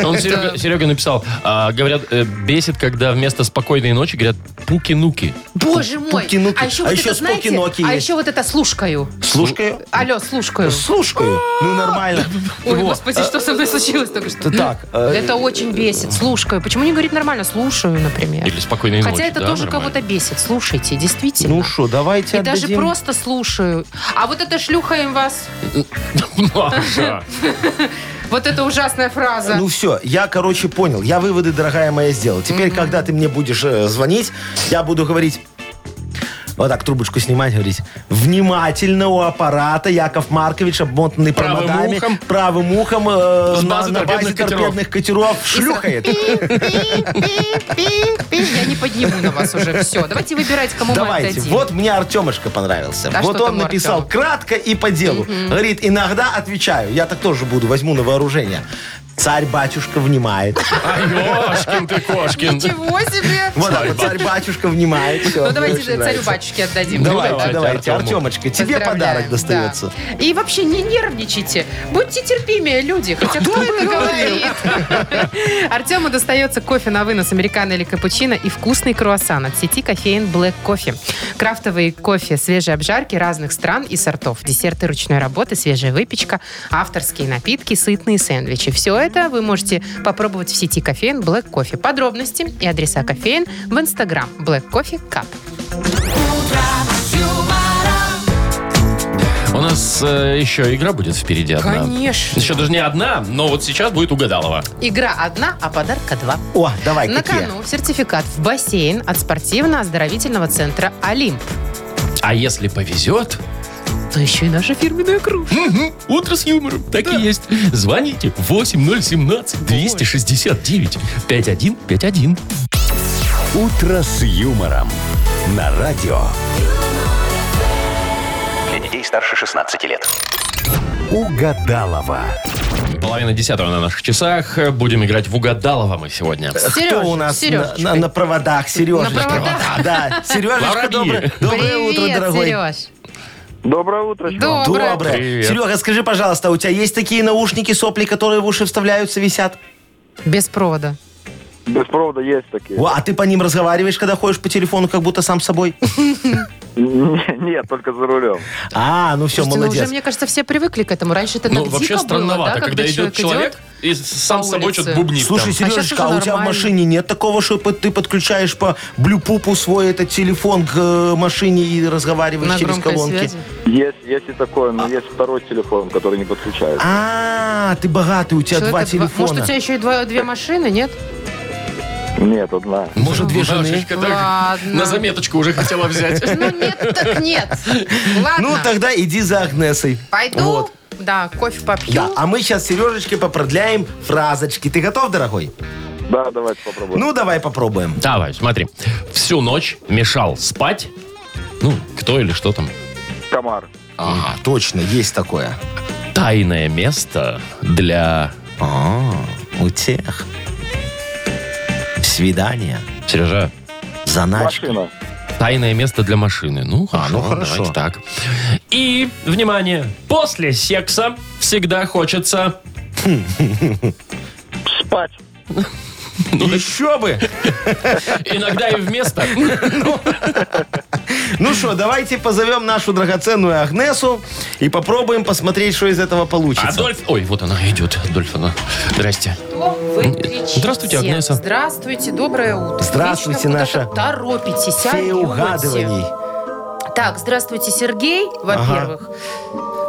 B: Он Серега, Серега написал, а, говорят, э, бесит, когда вместо «спокойной ночи» говорят «пуки-нуки».
C: Боже мой!
D: Пуки-нуки.
C: А еще
D: А
C: вот
D: еще
C: это, знаете,
D: споки-ноки
C: а
D: есть.
C: еще вот это «слушкаю».
D: Слушкаю.
C: Алло, «слушкаю».
D: Слушкаю. Ну нормально.
C: Ой,
D: Во.
C: господи, что со мной случилось только что?
D: Так, э,
C: Это очень бесит. Слушкаю. Почему не говорит нормально? Слушаю, например.
B: Или «спокойной ночи».
C: Хотя это
B: да,
C: тоже
B: нормально.
C: кого-то бесит. Слушайте, действительно.
D: Ну что, давайте
C: И даже
D: отдадим.
C: просто слушаю. А вот это шлюхаем вас.
B: [laughs]
C: [laughs]
B: Маша,
C: Вот Вот это ужасная фраза.
D: Ну все, я, короче, понял. Я выводы, дорогая моя, сделал. Теперь, когда ты мне будешь э, звонить, я буду говорить... Вот так трубочку снимать, говорить. Внимательно у аппарата Яков Маркович, обмотанный
B: Правым
D: проводами,
B: ухом.
D: правым ухом э,
B: С
D: на,
B: базы
D: на базе
B: торпедных катеров.
D: торпедных катеров шлюхает.
C: Пи-пи-пи-пи. Я не подниму на вас уже. Все, давайте выбирать, кому мы
D: Давайте.
C: отдадим.
D: Вот мне Артемышка понравился.
C: Да
D: вот
C: что
D: он
C: там у
D: написал
C: Артема?
D: кратко и по делу. Говорит, иногда отвечаю. Я так тоже буду, возьму на вооружение. Царь-батюшка внимает.
B: А, Ёшкин ты, Кошкин.
C: Ничего себе!
D: Вот так вот, царь-батюшка внимает. Всё,
C: Ну, давайте
D: мне очень
C: царю
D: нравится.
C: батюшке отдадим.
D: Давайте,
B: давайте,
D: давайте,
B: Артему.
D: Артемочка, тебе
C: Поздравляем,
D: подарок достается.
C: да. И вообще не нервничайте. Будьте терпимее, люди. Хотя кто это говорит? [laughs] Артему достается кофе на вынос, американо или капучино и вкусный круассан от сети кофеин Black Coffee. Крафтовые кофе, свежие обжарки разных стран и сортов, десерты ручной работы, свежая выпечка, авторские напитки, сытные сэндвичи. Все это вы можете попробовать в сети кофеин Black Coffee. Подробности и адреса кофеин в инстаграм Black Coffee Cup.
B: У нас э, еще игра будет впереди одна.
C: Конечно.
B: Еще даже не одна, но вот сейчас будет угадалова.
C: Игра одна, а подарка два.
D: О, давай,
C: На
D: А какие?
C: кону сертификат в бассейн от спортивно-оздоровительного центра «Олимп».
B: А если повезет,
C: То еще и наша фирменная кружка.
B: Мгм. Утро с юмором. Так и есть. Звоните 8017-269-5151.
A: «Утро с юмором» на радио.
E: Для детей старше 16 лет.
A: Угадалова.
B: Половина десятого на наших часах. Будем играть в угадалово мы сегодня.
C: Сережа,
D: Кто у нас на,
C: Сережечка.
D: на- на проводах? Сережечка.
C: На проводах?
D: [laughs] Да,
B: Воробьи.
D: Сережечка, доброе, доброе
C: Привет,
D: утро, дорогой. Ну,
C: Сереж.
F: Доброе утро.
C: Доброе.
D: Доброе.
B: Привет.
D: Серега, скажи, пожалуйста, а у тебя есть такие наушники, сопли, которые в уши вставляются, висят?
C: Без провода.
F: Без провода есть [laughs] такие.
D: О, а ты по ним разговариваешь, когда ходишь по телефону, как будто сам с собой?
F: Нет, только за рулем.
D: А, ну все,
C: Слушайте, ну уже,
D: молодец.
C: мне кажется, все привыкли к этому. Раньше это
B: Ну,
C: так
B: вообще
C: дико было, да,
B: странновато, когда идет человек и
C: по
B: сам с собой
C: улице.
B: что-то бубнит. там.
D: Слушай,
C: щас уже
D: Сережечка, а у тебя в
C: нормально.
D: машине нет такого, что под- ты подключаешь по блюпупу свой этот телефон к э, машине и разговариваешь
C: на
D: через
C: громкой
D: колонки?
C: связи.
F: Есть, есть и такое, но есть второй телефон, который не подключается.
D: А, ты богатый, у тебя
C: Человека
D: два
C: два-
D: телефона.
C: «А Может, у тебя еще и два- две машины,
D: [laughs]
C: нет?
F: Нет, одна.
D: Может, две жены?
B: Машечка так
C: Ладно.
B: на заметочку уже хотела взять.
C: Ну, нет, так нет. Ладно,
D: Ну, тогда иди за Агнесой.
C: пойду,
D: Вот.
C: да, кофе попью.
D: Да, а мы сейчас Сережечке попродляем фразочки. Ты готов, дорогой?
F: Да, давайте попробуем.
D: Ну, давай попробуем.
B: Давай, смотри. Всю ночь мешал спать. Ну, кто или что там.
F: Комар.
D: А, точно, есть такое.
B: Тайное место для...
D: А, у тех. Свидание.
B: Сережа,
D: Заначки.
F: Машина.
B: Тайное место для машины. Ну, хорошо,
D: ну, хорошо.
B: давайте так. И, внимание, после секса всегда хочется...
F: Спать.
D: Еще Ну, бы!
B: Иногда и вместо.
D: [laughs] Ну что, давайте позовем нашу драгоценную Агнесу и попробуем посмотреть, что из этого получится.
B: Адольф... А Ой, вот она идет, Адольф, она. Здрасте.
C: Кто вы кричите?
B: Здравствуйте, Агнеса.
C: Здравствуйте, доброе утро.
D: Здравствуйте,
C: Вечно
D: наша
C: куда-то торопитесь, а,
D: Фея
C: идиоте.
D: угадываний.
C: Так, здравствуйте, Сергей, во-первых.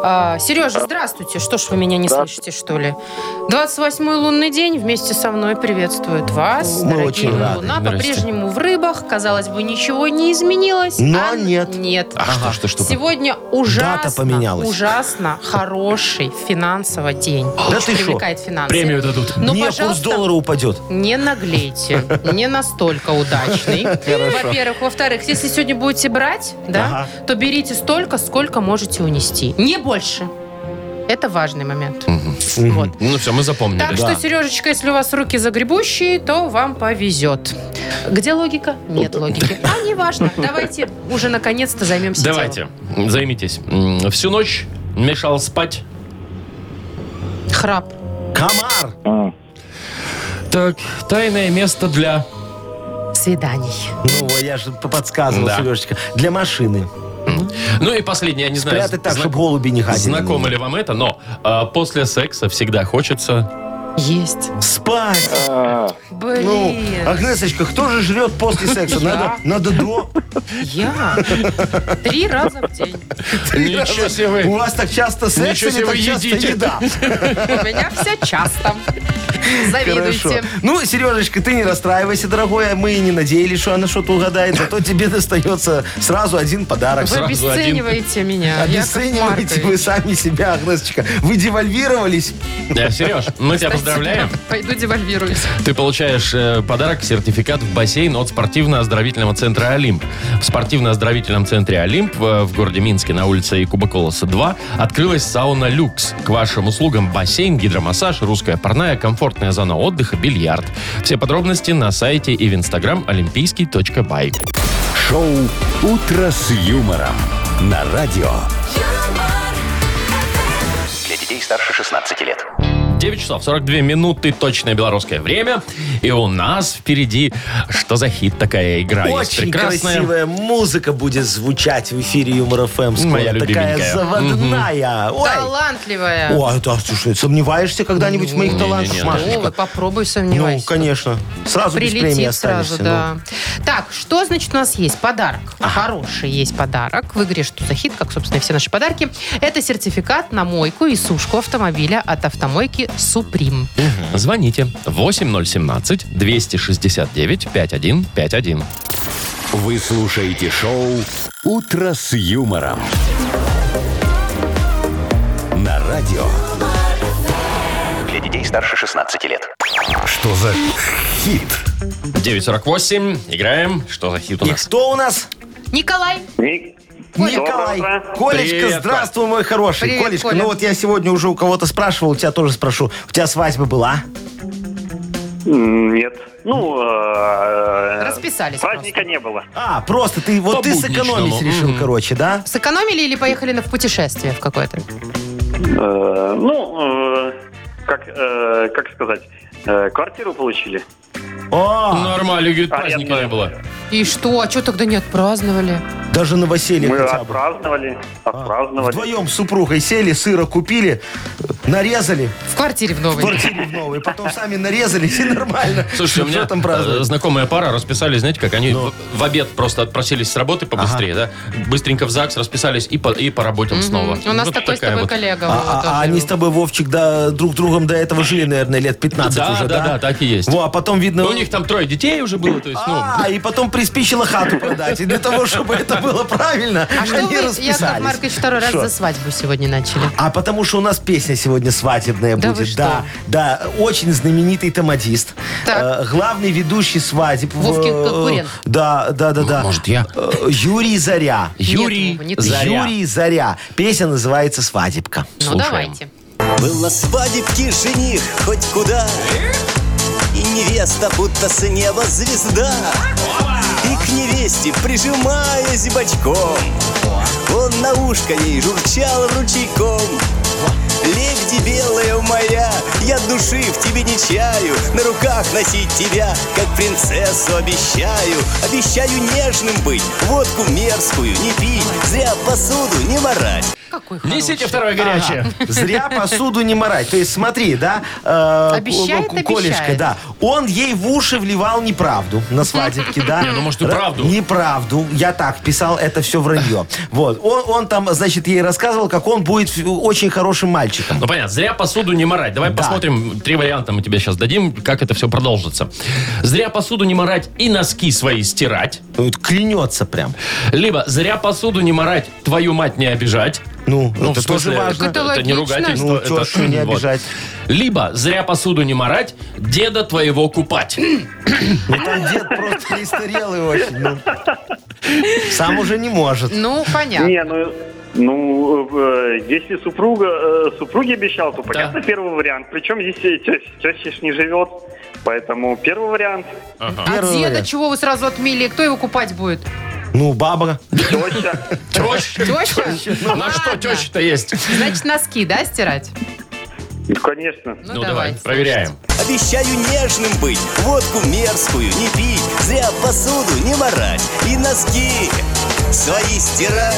C: А, Сережа, здравствуйте. Что ж вы меня не слышите, что ли? 28-й лунный день вместе со мной приветствует вас.
D: Мы
C: дорогие
D: очень рады.
C: Луна
B: Здрасте.
C: по-прежнему в рыбах. Казалось бы, ничего не изменилось.
D: Но
C: а
D: нет.
C: Нет.
B: А что, что, что?
C: Сегодня ужасно,
D: поменялась.
C: ужасно хороший финансово день.
D: Да
C: Очень
D: ты шо?
C: привлекает финансы.
B: Премию дадут.
C: Ну,
D: Не, курс
C: пожалуйста,
D: доллара упадет.
C: не наглейте. Не настолько удачный. Во-первых. Во-вторых, если сегодня будете брать, да, то берите столько, сколько можете унести. Не больше. Это важный момент. Вот.
B: Ну все, мы запомнили.
C: Так что, Сережечка, если у вас руки загребущие, то вам повезет. Где логика? Нет логики. А, неважно. Давайте уже наконец-то займемся делом.
B: Давайте, займитесь. М, Всю ночь мешал спать.
C: Храп.
D: Комар!
B: Так, тайное место для...
C: Свиданий.
D: Ну, вот я же п- подсказывал,
B: Да.
D: Сережечка. Для машины.
B: Ну и последнее, я не знаю,
D: Прятать так,
B: зна-
D: чтобы голуби не ходили.
B: знакомо ли вам это, но а, после секса всегда хочется...
C: Есть.
D: Спать.
F: А,
D: Ну,
C: Блин,
D: Агнесочка, кто же жрет после секса? Надо, надо до.
C: я три раза в день.
B: Ничего себе
D: У
B: вы.
D: вас так часто секс
B: Ничего
D: или
B: себе
D: так
B: вы
D: часто
B: едите. [laughs]
D: еда?
C: У меня все часто.
D: Хорошо.
C: Завидуйте.
D: Ну, Сережечка, ты не расстраивайся, дорогой. а Мы и не надеялись, что она что-то угадает. Зато тебе достается сразу один подарок.
B: Сразу
C: Вы А
B: один.
C: обесцениваете меня, Яков
D: Обесцениваете вы
C: Маркович.
D: сами себя, Агнесочка. Вы девальвировались.
B: Да, Сереж, мы тебя
C: Спасибо.
B: поздравляем.
C: Пойду девальвируюсь.
B: Ты получаешь э, подарок, сертификат в бассейн от спортивно-оздоровительного центра «Олимп». В спортивно-оздоровительном центре «Олимп» э, в городе Минске на улице Якуба Колоса 2 открылась сауна «Люкс». К вашим услугам бассейн, гидромассаж, русская парная, комфортная зона отдыха, бильярд. Все подробности на сайте и в инстаграм олимпийский.бай.
A: Шоу «Утро с юмором» на радио.
E: Для детей старше 16 лет.
B: 9 часов 42 минуты, точное белорусское время. И у нас впереди что за хит такая игра? Есть
D: Очень
B: прекрасная.
D: красивая музыка будет звучать в эфире Юмор ФМ. скоро.
B: Моя любименькая.
D: Такая заводная. Ой.
C: Талантливая.
D: Ой, да, слушай, сомневаешься когда-нибудь в моих талантах,
B: Не-не-не,
C: О, вы
D: Машечка?
C: попробуй
D: Ну,
C: сомневайся.
D: конечно. Сразу без премии
C: Прилетит
D: останешься. ну.
C: сразу, да. Так, что значит у нас есть? Подарок. Хороший есть подарок. В игре «Что за хит?», как, собственно, и все наши подарки. Это сертификат на мойку и сушку автомобиля от автомойки «Суприм».
B: Звоните 8017 269 5151.
A: Вы слушаете шоу «Утро с юмором». На радио.
E: Для детей старше 16 лет.
A: Что за хит?
B: 948. Играем. Что за хит у
D: Ну. И
B: нас?
D: кто у нас?
C: Николай,
F: Ник.
D: Николай. Колечка,
B: Привет,
D: здравствуй, мой хороший.
C: Привет,
D: Колечка,
C: Коля.
D: ну вот я сегодня уже у кого-то спрашивал, у тебя тоже спрошу. У тебя свадьба была?
F: М, Нет. Ну, э,
C: Расписались
F: праздника не было.
D: А, просто ты вот ты
B: По-будничному.
D: сэкономить решил,
B: Мгм.
D: короче, да?
C: сэкономили или поехали на в путешествие в какое-то?
F: Э, Ну, э, как э, как сказать, э, квартиру получили.
D: О,
B: Нормально, говорит,
F: А,
B: праздника
F: я-
B: не было.
C: И что? А что тогда не отпраздновали?
D: даже новоселье
F: Мы
D: хотя бы.
F: отпраздновали, отпраздновали.
D: А, Вдвоем с супругой сели, сыра купили, нарезали,
C: В квартире в новой.
D: квартиру в новой, потом сами нарезали, и нормально.
B: Слушайте, у
D: Что
B: меня
D: там праздновать?
B: э, знакомая пара расписались, знаете, как они в в обед просто отпросились с работы побыстрее, да? Быстренько в ЗАГС расписались и по, и по работам снова. Ну,
C: У нас
B: Вот
C: такой с
B: такая
C: тобой
B: вот.
C: коллега. был,
D: А, а- а
C: тоже.
D: они с тобой, Вовчик, да, друг другом до этого жили, наверное, лет 15
B: Да,
D: уже,
B: да,
D: да?
B: да, так и есть.
D: Во, а потом, видно...
B: Ну, У них там трое детей уже было, то есть, ну...
D: А, и потом приспичило хату продать. И для того, чтобы это было правильно,
C: А что
D: они
C: вы, Яков
D: расписались.
C: Маркович, второй раз
D: Что?
C: за свадьбу сегодня начали?
D: А потому что у нас песня сегодня свадебная
C: Да вы
D: будет.
C: что?
D: Да, да, очень знаменитый тамадист.
C: Так.
D: Э, главный ведущий свадеб. в- э,
C: Вовкин конкурент.
D: Да, да, да, да.
B: Может, я?
D: Э, Юрий Заря.
B: Юрий
C: Вова, ну, не ты.
B: Заря.
D: Юрий Заря. Песня называется «Свадебка».
C: Ну,
B: Слушаем.
C: давайте.
H: Было свадебки жених хоть куда И невеста будто с неба звезда И к невесте прижимаясь бочком Он на ушко ей журчал ручейком Лебеди белая моя, я души в тебе не чаю На руках носить тебя, как принцессу обещаю Обещаю нежным быть, водку мерзкую не пить Зря посуду не морать
C: Какой хороший.
B: Несите второе горячее.
D: Зря посуду не морать. То есть смотри, да, э,
C: Обещает,
D: Ку- Колешка,
C: обещает.
D: да, он ей в уши вливал неправду на свадебке, да.
B: Не, ну, может, и
D: Ра-
B: правду.
D: Неправду. Я так писал, это все вранье. Вот. Он, он там, значит, ей рассказывал, как он будет очень хорошим мальчиком.
B: Ну понятно, зря посуду не морать. Давай
D: Да.
B: посмотрим, три варианта мы тебе сейчас дадим, как это все продолжится. Зря посуду не морать и носки свои стирать.
D: Ну, Вот клянется прям.
B: Либо зря посуду не морать, твою мать не обижать.
D: Ну,
B: Ну,
D: это
B: в смысле,
D: тоже важно.
B: Это,
C: Это
B: не
C: логично.
B: ругательство.
D: Ну,
B: это-
D: чё ж не
B: вот.
D: обижать.
B: Либо зря посуду не морать, деда твоего купать.
D: Ну, там дед просто престарелый очень. ну. Сам уже не может.
C: Ну, понятно.
F: Не, ну, ну, э, если супруга, э, супруге обещал, то понятно первый вариант. Причем здесь э, тё- теща ж не живет, поэтому первый вариант.
C: А
D: Первый
C: деда
D: вариант.
C: чего вы сразу отмели? Кто его купать будет?
D: Ну, баба.
F: Теща.
B: Теща.
C: Теща? Ну,
B: На а что
C: ладно. Ну,
B: теща-то есть?
C: Значит, носки, да, стирать?
F: Ну, Конечно.
B: Ну, давай, проверяем.
H: Обещаю нежным быть, водку мерзкую не пить, зря посуду не морать и носки свои стирать.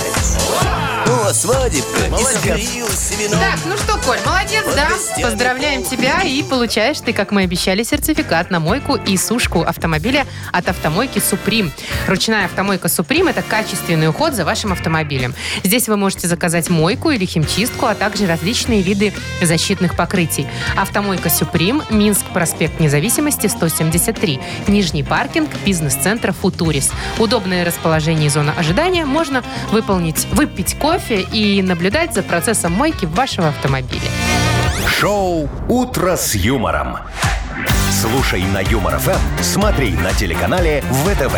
H: О, свадебка, и
D: Молодец.
H: скрылся вино.
C: Так, ну что, Коль, молодец, да? Поздравляем тебя и получаешь ты, как мы обещали, сертификат на мойку и сушку автомобиля от автомойки «Суприм». Ручная автомойка «Суприм» — это качественный уход за вашим автомобилем. Здесь вы можете заказать мойку или химчистку, а также различные виды защитных покрытий. Автомойка «Суприм», Минск, проспект Независимости, 173, Нижний паркинг, бизнес-центр «Футурис». Удобное расположение и зона ожидания можно выполнить, выпить кофе и наблюдать за процессом мойки вашего автомобиля.
A: Шоу «Утро с юмором». Слушай на Юмор ФМ, смотри на телеканале ВТВ.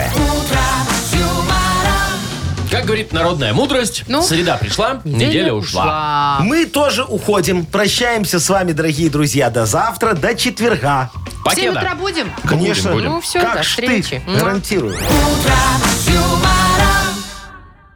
B: Как говорит народная мудрость,
C: Ну,
B: среда пришла, неделя ушла.
D: А Мы тоже уходим. Прощаемся с вами, дорогие друзья. До завтра, до четверга.
C: В 7
B: Покеда.
C: утра будем?
B: Конечно.
C: Ну все,
D: как
C: до
D: ж ты,
C: встречи. Муа.
D: гарантирую.
I: Утро с юмором.